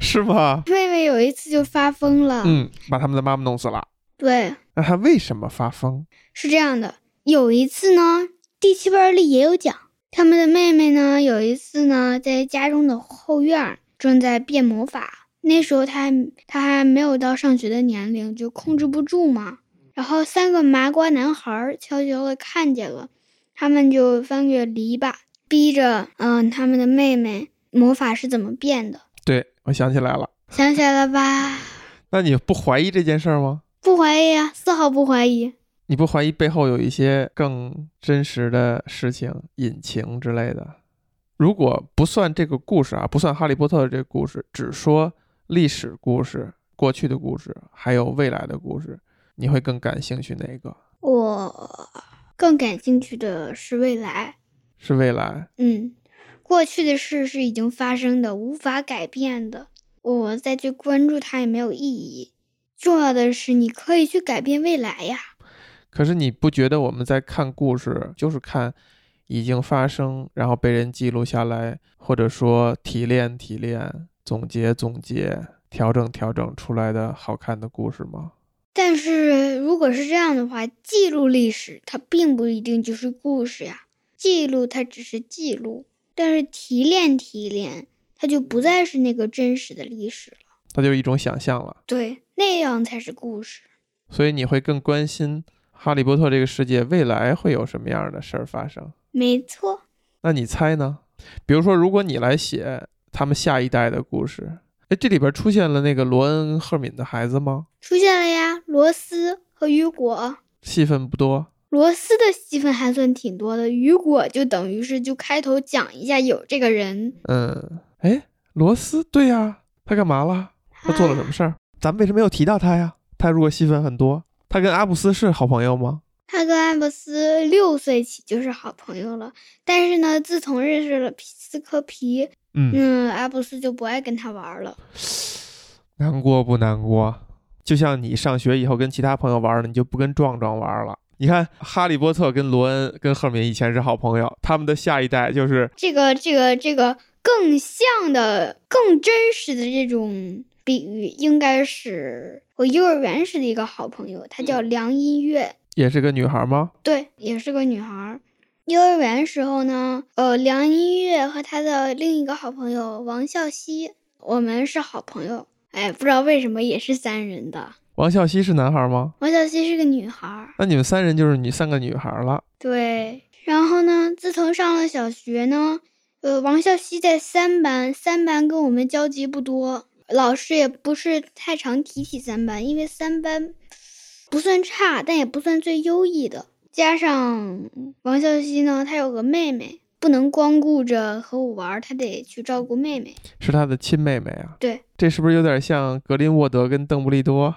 S2: 是吗？
S3: 妹妹有一次就发疯了。
S2: 嗯，把他们的妈妈弄死了。
S3: 对，
S2: 那他为什么发疯？
S3: 是这样的，有一次呢，第七班里也有讲，他们的妹妹呢，有一次呢，在家中的后院儿正在变魔法，那时候她还她还没有到上学的年龄，就控制不住嘛。然后三个麻瓜男孩儿悄悄的看见了，他们就翻越篱笆，逼着嗯、他们的妹妹魔法是怎么变的，
S2: 对我想起来了。
S3: 想起来了吧？
S2: 那你不怀疑这件事儿吗？
S3: 不怀疑啊，丝毫不怀疑。
S2: 你不怀疑背后有一些更真实的事情、隐情之类的？如果不算这个故事啊，不算《哈利波特》这个故事，只说历史故事、过去的故事，还有未来的故事，你会更感兴趣哪个？
S3: 我更感兴趣的是未来。
S2: 是未来？
S3: 嗯，过去的事是已经发生的，无法改变的，我再去关注它也没有意义。重要的是，你可以去改变未来呀。
S2: 可是你不觉得我们在看故事，就是看已经发生，然后被人记录下来，或者说提炼提炼、总结总结、调整调整出来的好看的故事吗？
S3: 但是如果是这样的话，记录历史它并不一定就是故事呀，记录它只是记录，但是提炼提炼，它就不再是那个真实的历史了。
S2: 它就是一种想象了。
S3: 对，那样才是故事。
S2: 所以你会更关心《哈利波特》这个世界未来会有什么样的事儿发生？
S3: 没错，
S2: 那你猜呢？比如说，如果你来写他们下一代的故事，哎，这里边出现了那个罗恩赫敏的孩子吗？
S3: 出现了呀，罗斯和雨果。
S2: 戏份不多，
S3: 罗斯的戏份还算挺多的，雨果就等于是就开头讲一下有这个人，
S2: 嗯，哎，罗斯，对呀、他干嘛了？他做了什么事儿？咱们为什么没有提到他呀？他如果戏份很多，他跟阿布斯是好朋友吗？
S3: 他跟艾伯斯六岁起就是好朋友了，但是呢，自从认识了皮斯科皮，
S2: 嗯
S3: 嗯，艾伯斯就不爱跟他玩了。
S2: 难过不难过？就像你上学以后跟其他朋友玩了，你就不跟壮壮玩了。你看，哈利波特跟罗恩跟赫敏以前是好朋友，他们的下一代就是
S3: 这个这个这个更像的、更真实的这种比喻，应该是我幼儿园时的一个好朋友，他
S2: 嗯
S3: 叫梁音乐。
S2: 也是个女孩吗？
S3: 对，也是个女孩儿。幼儿园时候呢，呃，梁音乐和她的另一个好朋友王笑熙，我们是好朋友。哎，不知道为什么也是三人的。
S2: 王笑熙是男孩吗？
S3: 王笑熙是个女孩儿，
S2: 那你们三人就是女三个女孩了。
S3: 对。然后呢，自从上了小学呢，呃，王笑熙在三班，三班跟我们交集不多，老师也不是太常提起三班，因为三班不算差，但也不算最优异的。加上王笑熙呢，她有个妹妹，不能光顾着和我玩儿，她得去照顾妹妹。
S2: 是她的亲妹妹啊。
S3: 对，
S2: 这是不是有点像格林沃德跟邓布利多？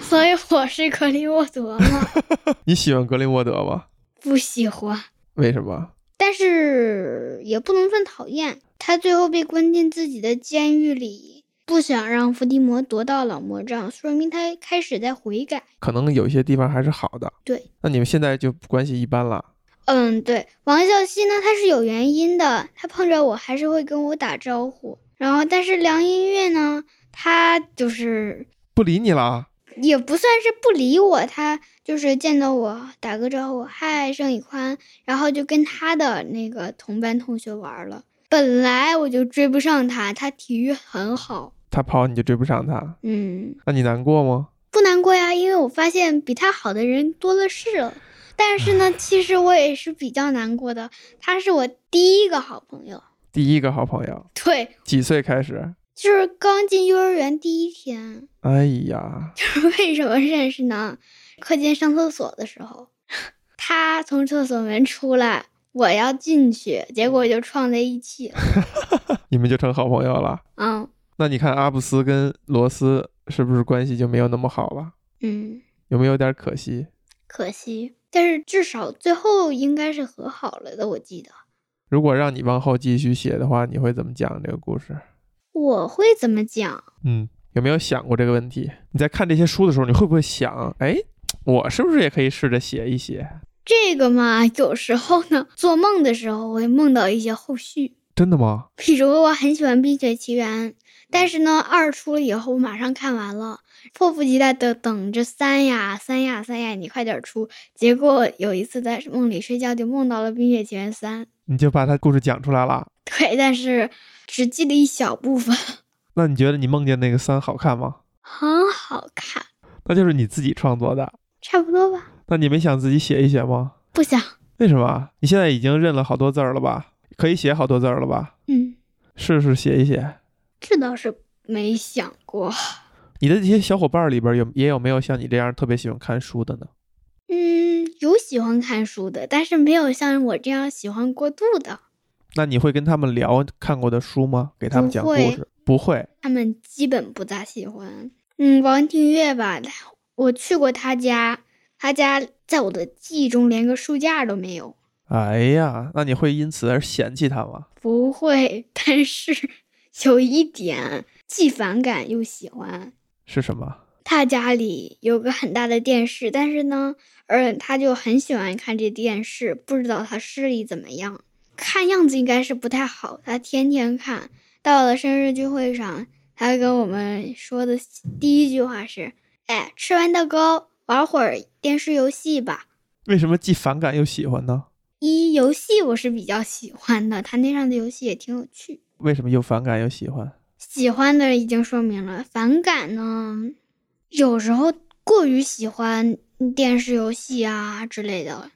S3: 所以我是格林沃德吗？
S2: 你喜欢格林沃德吗？
S3: 不喜欢，
S2: 为什么？
S3: 但是也不能算讨厌。他最后被关进自己的监狱里，不想让伏地魔夺到老魔杖，说明他开始在悔改。
S2: 可能有些地方还是好的。
S3: 对，
S2: 那你们现在就关系一般了。
S3: 嗯，对，王笑熙呢，他是有原因的，他碰着我还是会跟我打招呼。然后，但是梁音乐呢，他就是
S2: 不理你了啊？
S3: 也不算是不理我，他就是见到我打个招呼，嗨，盛以宽，然后就跟他的那个同班同学玩了。本来我就追不上他，他体育很好，
S2: 他跑你就追不上他，
S3: 嗯，
S2: 那你难过吗？
S3: 不难过呀，因为我发现比他好的人多了是了。但是呢，其实我也是比较难过的，他是我第一个好朋友。
S2: 第一个好朋友
S3: 对
S2: 几岁开始？
S3: 就是刚进幼儿园第一天，
S2: 哎呀，
S3: 为什么认识呢？课间上厕所的时候，他从厕所门出来，我要进去，结果就撞在一起了。
S2: 你们就成好朋友了。
S3: 嗯
S2: 那你看阿布斯跟罗斯是不是关系就没有那么好了？
S3: 嗯，
S2: 有没有点可惜？
S3: 可惜，但是至少最后应该是和好了的，我记得。
S2: 如果让你往后继续写的话，你会怎么讲这个故事？
S3: 我会怎么讲？
S2: 嗯，有没有想过这个问题？你在看这些书的时候，你会不会想，哎，我是不是也可以试着写一写？
S3: 这个嘛，有时候呢，做梦的时候会梦到一些后续，
S2: 真的吗？
S3: 比如我很喜欢《冰雪奇缘》，但是呢，二出了以后，我马上看完了，迫不及待的等着三呀三呀三呀，你快点出。结果有一次在梦里睡觉，就梦到了《冰雪奇缘三》，
S2: 你就把他故事讲出来了。
S3: 对，但是只记得一小部分，
S2: 那你觉得你梦见那个三好看吗？
S3: 很好看，
S2: 那就是你自己创作的。
S3: 差不多吧。
S2: 那你没想自己写一写吗？
S3: 不想，
S2: 为什么？你现在已经认了好多字儿了吧？可以写好多字儿了吧？
S3: 嗯，
S2: 试试写一写。
S3: 这倒是没想过。
S2: 你的这些小伙伴里边有也有没有像你这样特别喜欢看书的呢？
S3: 嗯，有喜欢看书的，但是没有像我这样喜欢过度的。
S2: 那你会跟他们聊看过的书吗？给他们讲故事？不会。
S3: 他们基本不咋喜欢。嗯，王定月吧，他我去过他家，他家在我的记忆中连个书架都没有。
S2: 哎呀，那你会因此而嫌弃他吗？
S3: 不会， 但是有一点既反感又喜欢。
S2: 是什么？
S3: 他家里有个很大的电视，但是呢，而他就很喜欢看这电视，不知道他视力怎么样。看样子应该是不太好，他天天看。到了生日聚会上，他跟我们说的第一句话是：“哎，吃完蛋糕，玩会儿电视游戏吧。
S2: 为什么既反感又喜欢呢？”
S3: 一游戏我是比较喜欢的，他那上的游戏也挺有趣。
S2: 为什么又反感又喜欢？
S3: 喜欢的已经说明了，反感呢，有时候过于喜欢电视游戏啊之类的，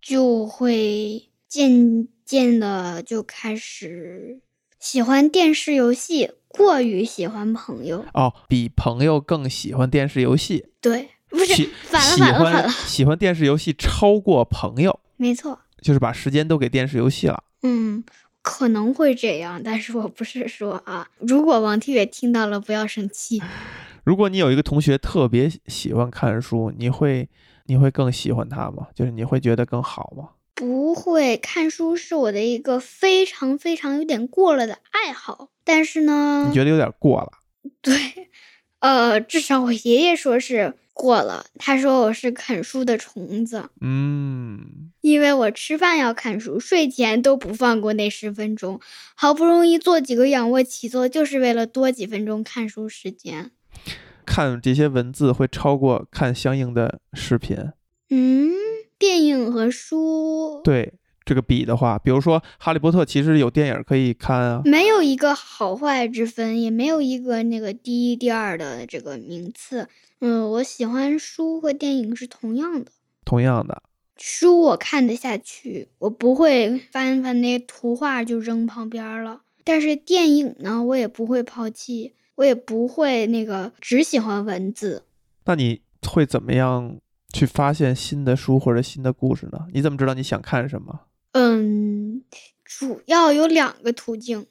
S3: 就会渐渐的就开始喜欢电视游戏，过于喜欢朋友。
S2: 哦，比朋友更喜欢电视游戏，
S3: 对，不是
S2: 喜
S3: 反了
S2: 喜
S3: 反了反
S2: 欢
S3: 了，
S2: 喜欢电视游戏超过朋友，
S3: 没错，
S2: 就是把时间都给电视游戏了。
S3: 嗯。可能会这样，但是我不是说啊，如果王天野听到了，不要生气。
S2: 如果你有一个同学特别喜欢看书，你会你会更喜欢他吗？就是你会觉得更好吗？
S3: 不会看书是我的一个非常非常有点过了的爱好，但是呢
S2: 你，觉得有点过了？
S3: 对，呃，至少我爷爷说是过了，他说我是啃书的虫子，
S2: 嗯，
S3: 因为我吃饭要看书，睡前都不放过那十分钟，好不容易做几个仰卧起坐，就是为了多几分钟看书时间。
S2: 看这些文字会超过看相应的视频。
S3: 嗯，电影和书
S2: 对这个比的话，比如说《哈利波特》，其实有电影可以看啊。
S3: 没有一个好坏之分，也没有一个那个第一、第二的这个名次。嗯，我喜欢书和电影是同样的。
S2: 同样的，
S3: 书我看得下去，我不会翻翻那图画就扔旁边儿了。但是电影呢，我也不会抛弃，我也不会那个只喜欢文字。
S2: 那你会怎么样去发现新的书或者新的故事呢？你怎么知道你想看什么？
S3: 嗯，主要有两个途径。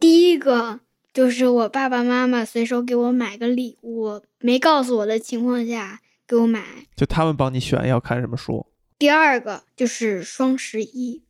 S3: 第一个就是我爸爸妈妈随手给我买个礼物，没告诉我的情况下给我买。
S2: 就他们帮你选要看什么书，
S3: 第二个就是双十一。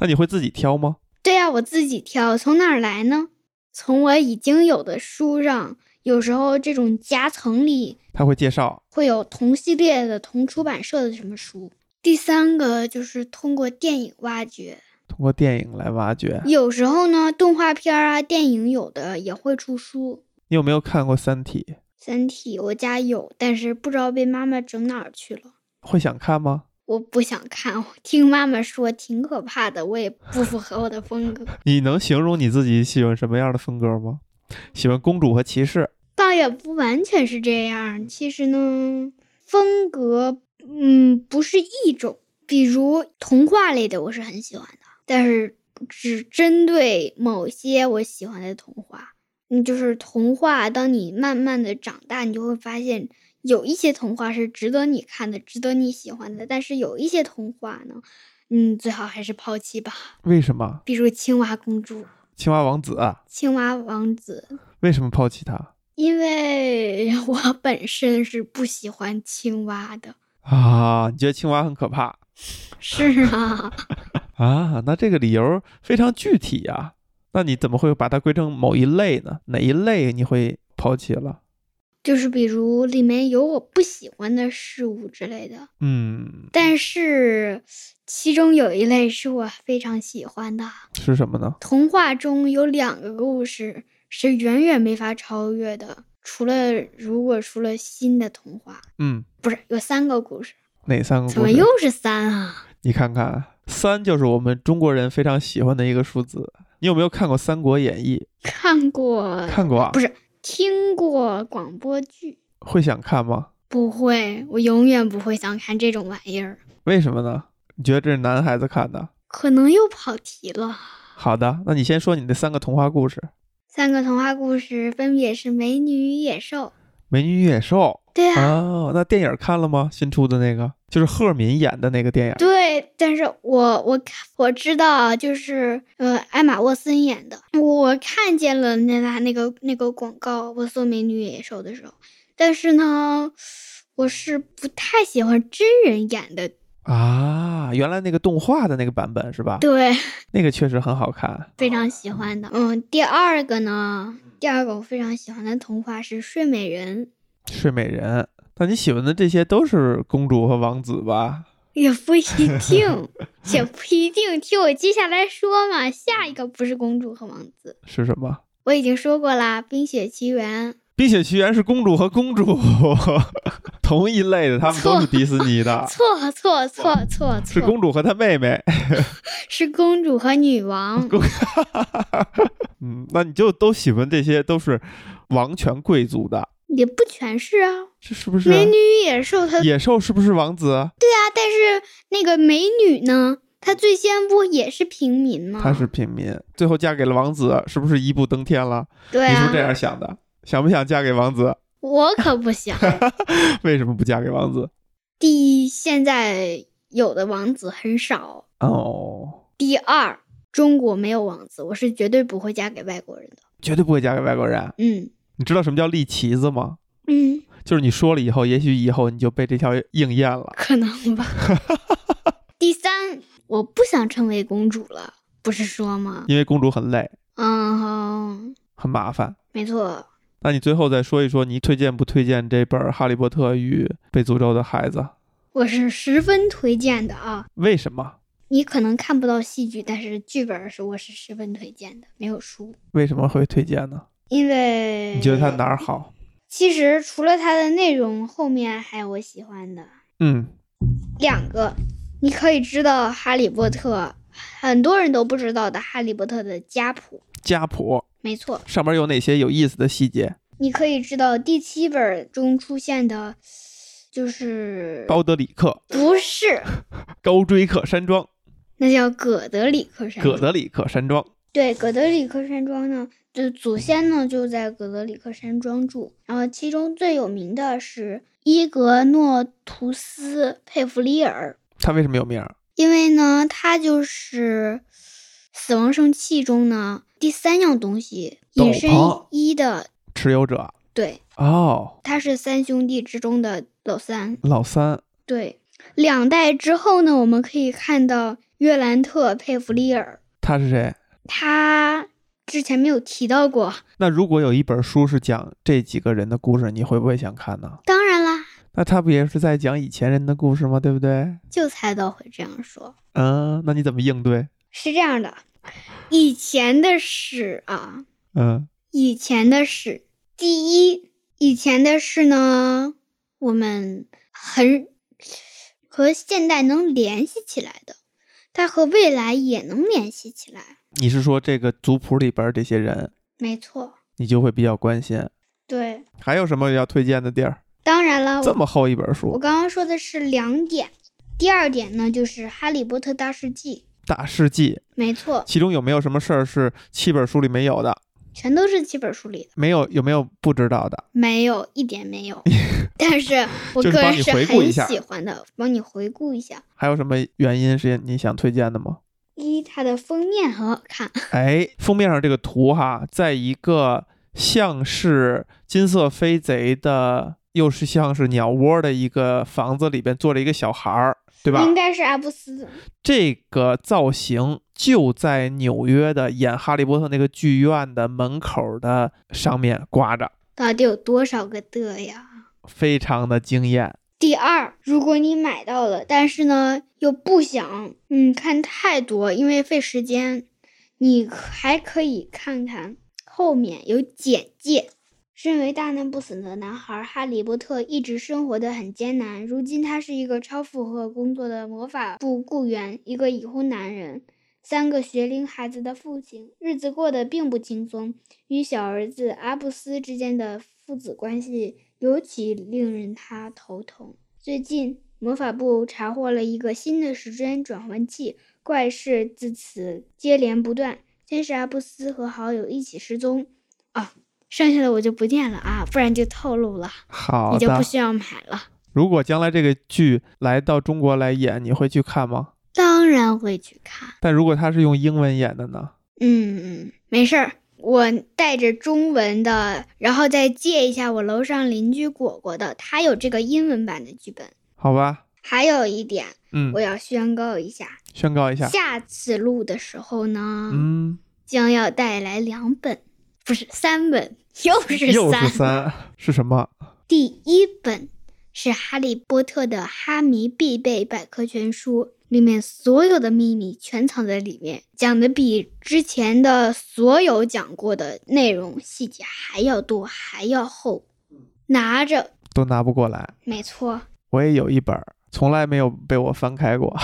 S2: 那你会自己挑吗？
S3: 对呀、我自己挑，从哪儿来呢？从我已经有的书上，有时候这种夹层里
S2: 他会介绍
S3: 会有同系列的、同出版社的什么书。第三个就是通过电影挖掘，
S2: 通过电影来挖掘。
S3: 有时候呢，动画片儿啊、电影有的也会出书。
S2: 你有没有看过《三体
S3: 《三体》我家有，但是不知道被妈妈整哪儿去了。》？
S2: 会想看吗？
S3: 我不想看，我听妈妈说挺可怕的，我也不符合我的风格，
S2: 你能形容你自己喜欢什么样的风格吗？喜欢公主和骑士，
S3: 倒也不完全是这样。其实呢，风格嗯不是一种，比如童话类的我是很喜欢的，但是只针对某些我喜欢的童话。嗯，就是童话，当你慢慢的长大，你就会发现有一些童话是值得你看的，值得你喜欢的，但是有一些童话呢，嗯，最好还是抛弃吧。
S2: 为什么
S3: 比如青蛙公主、
S2: 青蛙王子啊？
S3: 青蛙王子，
S2: 为什么抛弃他
S3: 因为 我本身是不喜欢青蛙的。
S2: 啊？你觉得青蛙很可怕
S3: 是啊，
S2: 啊？那这个理由非常具体啊。那你怎么会把它归成某一类呢？哪一类你会抛弃了？
S3: 就是比如里面有我不喜欢的事物之类的，
S2: 嗯，
S3: 但是其中有一类是我非常喜欢的。
S2: 是什么呢？
S3: 童话中有两个故事是远远没法超越的，除了如果出了新的童话，
S2: 嗯，
S3: 不是有三个故事，
S2: 哪三个
S3: 怎
S2: 故
S3: 么
S2: 事
S3: 又？是三啊？
S2: 你看看，三就是我们中国人非常喜欢的一个数字。你有没有看过《三国演义
S3: 看》？过
S2: 看过啊？
S3: 不是听过广播剧？
S2: 会想看吗？
S3: 不会，我永远不会想看这种玩意儿，
S2: 为什么呢？你觉得这是男孩子看的？
S3: 可能又跑题了。
S2: 好的，那你先说你的三个童话故事，《
S3: 三个童话故事分别是《美女与野兽》，
S2: 美女与野兽
S3: 对》啊，
S2: 哦，那电影看了吗？新出的那个，就是赫敏演的那个电影。
S3: 对，但是我我看我知道啊，就是呃，艾玛沃森演的，我看见了那他那个那个广告，我搜《美女与野兽》的时候，但是呢，我是不太喜欢真人演的，
S2: 啊，原来那个动画的那个版本是吧？
S3: 对，
S2: 那个确实很好看。
S3: 非常喜欢的。嗯，第二个呢，第二个我非常喜欢的童话是《睡美人
S2: 睡美人，那你喜欢的这些都是公主和王子吧？》，
S3: 也不一定，也不一定。听我接下来说嘛，下一个不是公主和王子，
S2: 是什么？
S3: 我已经说过啦，《冰雪奇缘》。
S2: 《冰雪奇缘》是公主和公主 同一类的，他们都是迪士尼的，
S3: 错错错错
S2: 是
S3: 错，
S2: 公主和她妹妹。
S3: 是公主和女王。
S2: 嗯，那你就都喜欢这些都是王权贵族的，
S3: 也不全是啊，
S2: 这是不是？
S3: 美女与野兽它
S2: 野兽是不是王子？
S3: 它，但是那个美女呢，她最先不也是平民吗？
S2: 她是平民，最后嫁给了王子，是不是一步登天了？
S3: 对
S2: 你是不
S3: 啊
S2: 是这，样想的？想不想嫁给王子？
S3: 我可不想。
S2: 为什么不嫁给王子？
S3: 第一，现在有的王子很少；
S2: 哦，
S3: 第二，中国没有王子，我是绝对不会嫁给外国人的。
S2: 绝对不会嫁给外国人。
S3: 嗯
S2: 你知道什么叫立旗子吗？
S3: 嗯，
S2: 就是你说了以后，也许以后你就被这条应验了。
S3: 可能 吧。第三，我不想成为公主了，不是说吗？
S2: 因为公主很累，
S3: 嗯哼。
S2: 很麻烦。
S3: 没错，
S2: 那你最后再说一说，你推荐不推荐这本《哈利波特与被诅咒的孩子》？
S3: 我是十分推荐的啊。
S2: 为什么？
S3: 你可能看不到戏剧，但是剧本是我是十分推荐的，没有输。
S2: 为什么会推荐呢？
S3: 因为
S2: 你觉得它哪儿好？
S3: 其实除了它的内容，后面还有我喜欢的
S2: 嗯，
S3: 两个。你可以知道《哈利波特》，很多人都不知道的《哈利波特》的家谱。
S2: 家谱
S3: 没错，
S2: 上面有哪些有意思的细节？
S3: 你可以知道第七本中出现的，就是
S2: 高德里克、
S3: 不是，
S2: 高追克山庄、
S3: 那叫葛德里克山。
S2: 葛德里克山庄。
S3: 对，葛德里克山庄呢，就是祖先呢就在葛德里克山庄住，然后其中最有名的是伊格诺图斯·佩弗里尔，
S2: 他为什么有名儿？
S3: 因为呢他就是死亡圣器中呢第三样东西
S2: 斗
S3: 隐身
S2: 篷
S3: 衣的，
S2: 持有者。
S3: 对，
S2: 哦，
S3: 他是三兄弟之中的老三，
S2: 老三
S3: 对，两代之后呢，我们可以看到约兰特·佩弗里尔，
S2: 他是谁？
S3: 他之前没有提到过，
S2: 那如果有一本书是讲这几个人的故事，你会不会想看呢？
S3: 当然啦。
S2: 那他不也是在讲以前人的故事吗？对不对？
S3: 就猜到会这样说。
S2: 嗯，那你怎么应对？
S3: 是这样的，以前的史啊，
S2: 嗯，
S3: 以前的史，第一，以前的事呢，我们很和现代能联系起来的，它和未来也能联系起来。
S2: 你是说这个族谱里边这些人，
S3: 没错，
S2: 你就会比较关心。
S3: 对，
S2: 还有什么要推荐的地儿？
S3: 当然了，
S2: 这
S3: 我
S2: 么厚一本
S3: 我
S2: 书，
S3: 刚刚说的是两点，第二点呢就是《哈利波特大世纪》，
S2: 《大世纪》，
S3: 没错，
S2: 其中有没有什么事儿是七本书里没有的？
S3: 全都是七本书里的，
S2: 没有有没有不知道的？
S3: 没有一点没 有。但是我
S2: 就是
S3: 个
S2: 帮
S3: 人
S2: 你
S3: 是
S2: 回顾一
S3: 很
S2: 下
S3: 喜欢的，帮你回顾一下。
S2: 还有什么原因是你想推荐的吗？
S3: 一，它的封面很好看，
S2: 哎，封面上这个图哈，在一个像是金色飞贼的，又是像是鸟窝的一个房子里边坐着一个小孩儿，对吧？
S3: 应该是阿布斯。
S2: 这个造型就在纽约的演《哈利波特》那个剧院的门口的上面挂着，
S3: 到底有多少个的呀？
S2: 非常的惊艳。
S3: 第二，如果你买到了，但是呢又不想嗯看太多，因为费时间，你可还可以看看后面有简介。身为大难不死的男孩，哈利波特一直生活的很艰难。如今他是一个超负荷工作的魔法部雇员，一个已婚男人，三个学龄孩子的父亲，日子过得并不轻松。与小儿子阿布斯之间的父子关系尤其令人他头疼。最近，魔法部查获了一个新的时针转换器，怪事自此接连不断。先是阿布斯和好友一起失踪，啊，剩下的我就不念了啊，不然就透露了，
S2: 好
S3: 你就
S2: 的
S3: 不，需要买了。
S2: 如果将来这个剧来到中国来演，你会去看吗？
S3: 当然会去看，
S2: 但如果它是用英文演的呢？
S3: 嗯嗯，没事儿。我带着中文的，然后再借一下我楼上邻居果果的，他有这个英文版的剧本。
S2: 好吧，
S3: 还有一点，
S2: 嗯
S3: 我，要宣告一下，
S2: 宣告一下，
S3: 下次录的时候呢，
S2: 嗯，
S3: 将要带来两本，不是三本，又是
S2: 又
S3: 三。
S2: 是三，是什么？
S3: 第一本是《哈利波特》的哈迷必备百科全书，里面所有的秘密全藏在里面，讲的比之前的所有讲过的内容细节还要多，还要厚。拿着，
S2: 都拿不过来。
S3: 没错，
S2: 我也有一本儿，从来没有被我翻开 过。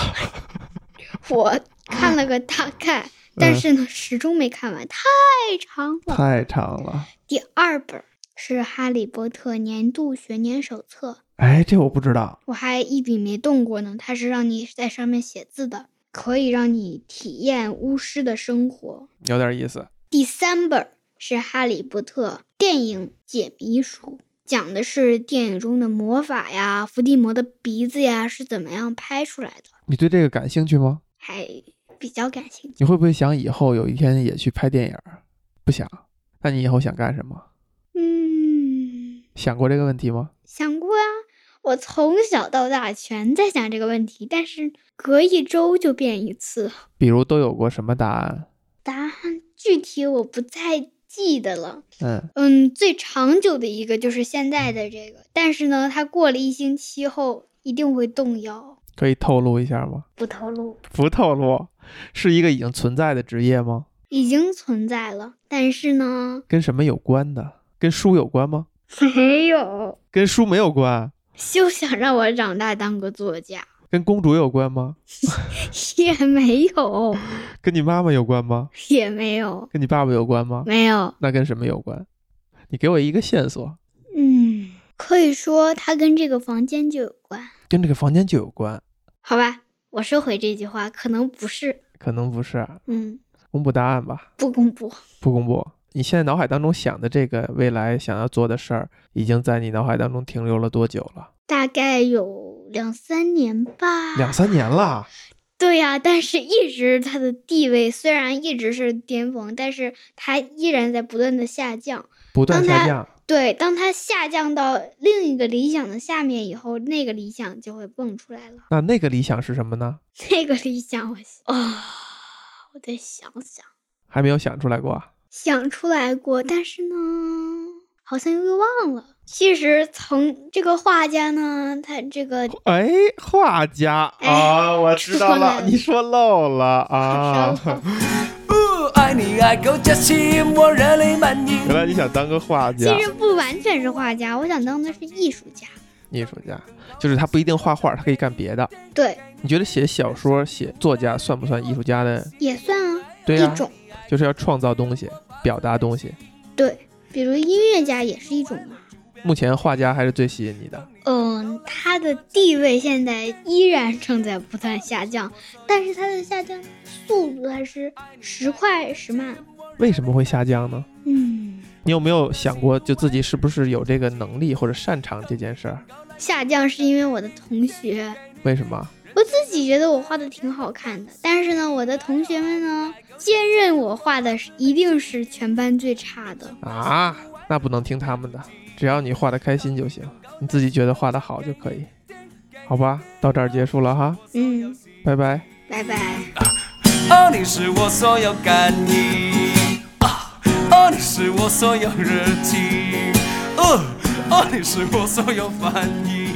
S3: 我看了个大概，但是呢，始终没看完，太长了。
S2: 太长了。
S3: 第二本是《哈利波特年度学年手册》，
S2: 哎，这我不知道。
S3: 我还一笔没动过呢。它是让你在上面写字的，可以让你体验巫师的生活。
S2: 有点意思。
S3: 第三本是《哈利波特电影解谜书》，讲的是电影中的魔法呀，伏地魔的鼻子呀是怎么样拍出来的，
S2: 你对这个感兴趣吗？
S3: 还比较感兴趣。
S2: 你会不会想以后有一天也去拍电影儿？不想。那你以后想干什么？
S3: 嗯，
S2: 想过这个问题吗？
S3: 想过啊，我从小到大全在想这个问题，但是隔一周就变一次，
S2: 比如都有过什么答案？
S3: 答案具体我不太记得了。
S2: 嗯，
S3: 嗯，最长久的一个就是现在的这个，但是呢，它过了一星期后一定会动摇，
S2: 可以透露一下吗？
S3: 不透露，
S2: 不透露，是一个已经存在的职业吗？
S3: 已经存在了，但是呢，
S2: 跟什么有关的？跟书有关吗？
S3: 没有，
S2: 跟书没有关，
S3: 休想让我长大当个作家，
S2: 跟公主有关吗？
S3: 也没有，
S2: 跟你妈妈有关吗？
S3: 也没有，
S2: 跟你爸爸有关吗？
S3: 没有。
S2: 那跟什么有关？你给我一个线索，
S3: 嗯，可以说它跟这个房间就有关，
S2: 跟这个房间就有关，
S3: 好吧？我收回这句话，可能不是，
S2: 可能不是。
S3: 嗯，
S2: 公布答案吧，
S3: 不公布，
S2: 不公布。你现在脑海当中想的这个未来想要做的事儿，已经在你脑海当中停留了多久了？
S3: 大概有两三年吧。
S2: 两三年了。
S3: 对呀、但是一直它的地位虽然一直是巅峰，但是它依然在不断的下降。
S2: 不断
S3: 刚
S2: 下
S3: 才
S2: 降，
S3: 对，当它下降到另一个理想的下面以后，那个理想就会蹦出来了。
S2: 那那个理想是什么呢？
S3: 那个理想我想，啊，我得想想，
S2: 还没有想出来过啊。
S3: 想出来过，但是呢，好像又忘了。其实从这个画家呢，他这个
S2: 哎，画家
S3: 哎
S2: 啊，我知道
S3: 说漏
S2: 了，
S3: 了
S2: 你说漏了啊
S3: 他。说了
S1: 哦，爱你爱够扎心，我热泪满盈
S2: 原。来你想当个画家
S3: 其，实不完全是画家，我想当的是艺术家。
S2: 艺术家，就是他不一定画画，他可以干别的。
S3: 对，
S2: 你觉得写小说、写作家算不算艺术家的？
S3: 也算啊，
S2: 对呀、
S3: 一种。
S2: 就是要创造东西，表达东西。
S3: 对，比如音乐家也是一种嘛。
S2: 目前画家还是最吸引你的，
S3: 嗯，他的地位现在依然正在不断下降，但是他的下降速度还是时快时慢。
S2: 为什么会下降呢？
S3: 嗯，
S2: 你有没有想过，就自己是不是有这个能力或者擅长这件事儿？
S3: 下降是因为我的同学，
S2: 为什么？
S3: 我自己觉得我画的挺好看的，但是呢，我的同学们呢，坚认我画的是一定是全班最差的。
S2: 啊，那不能听他们的，只要你画的开心就行，你自己觉得画的好就可以，好吧？到这儿结束了哈，
S3: 嗯，
S2: 拜拜。
S3: 拜拜。
S1: 哦，你是我所有感应，啊，哦，你是我所有热情，哦，哦，你是我所有反应。哦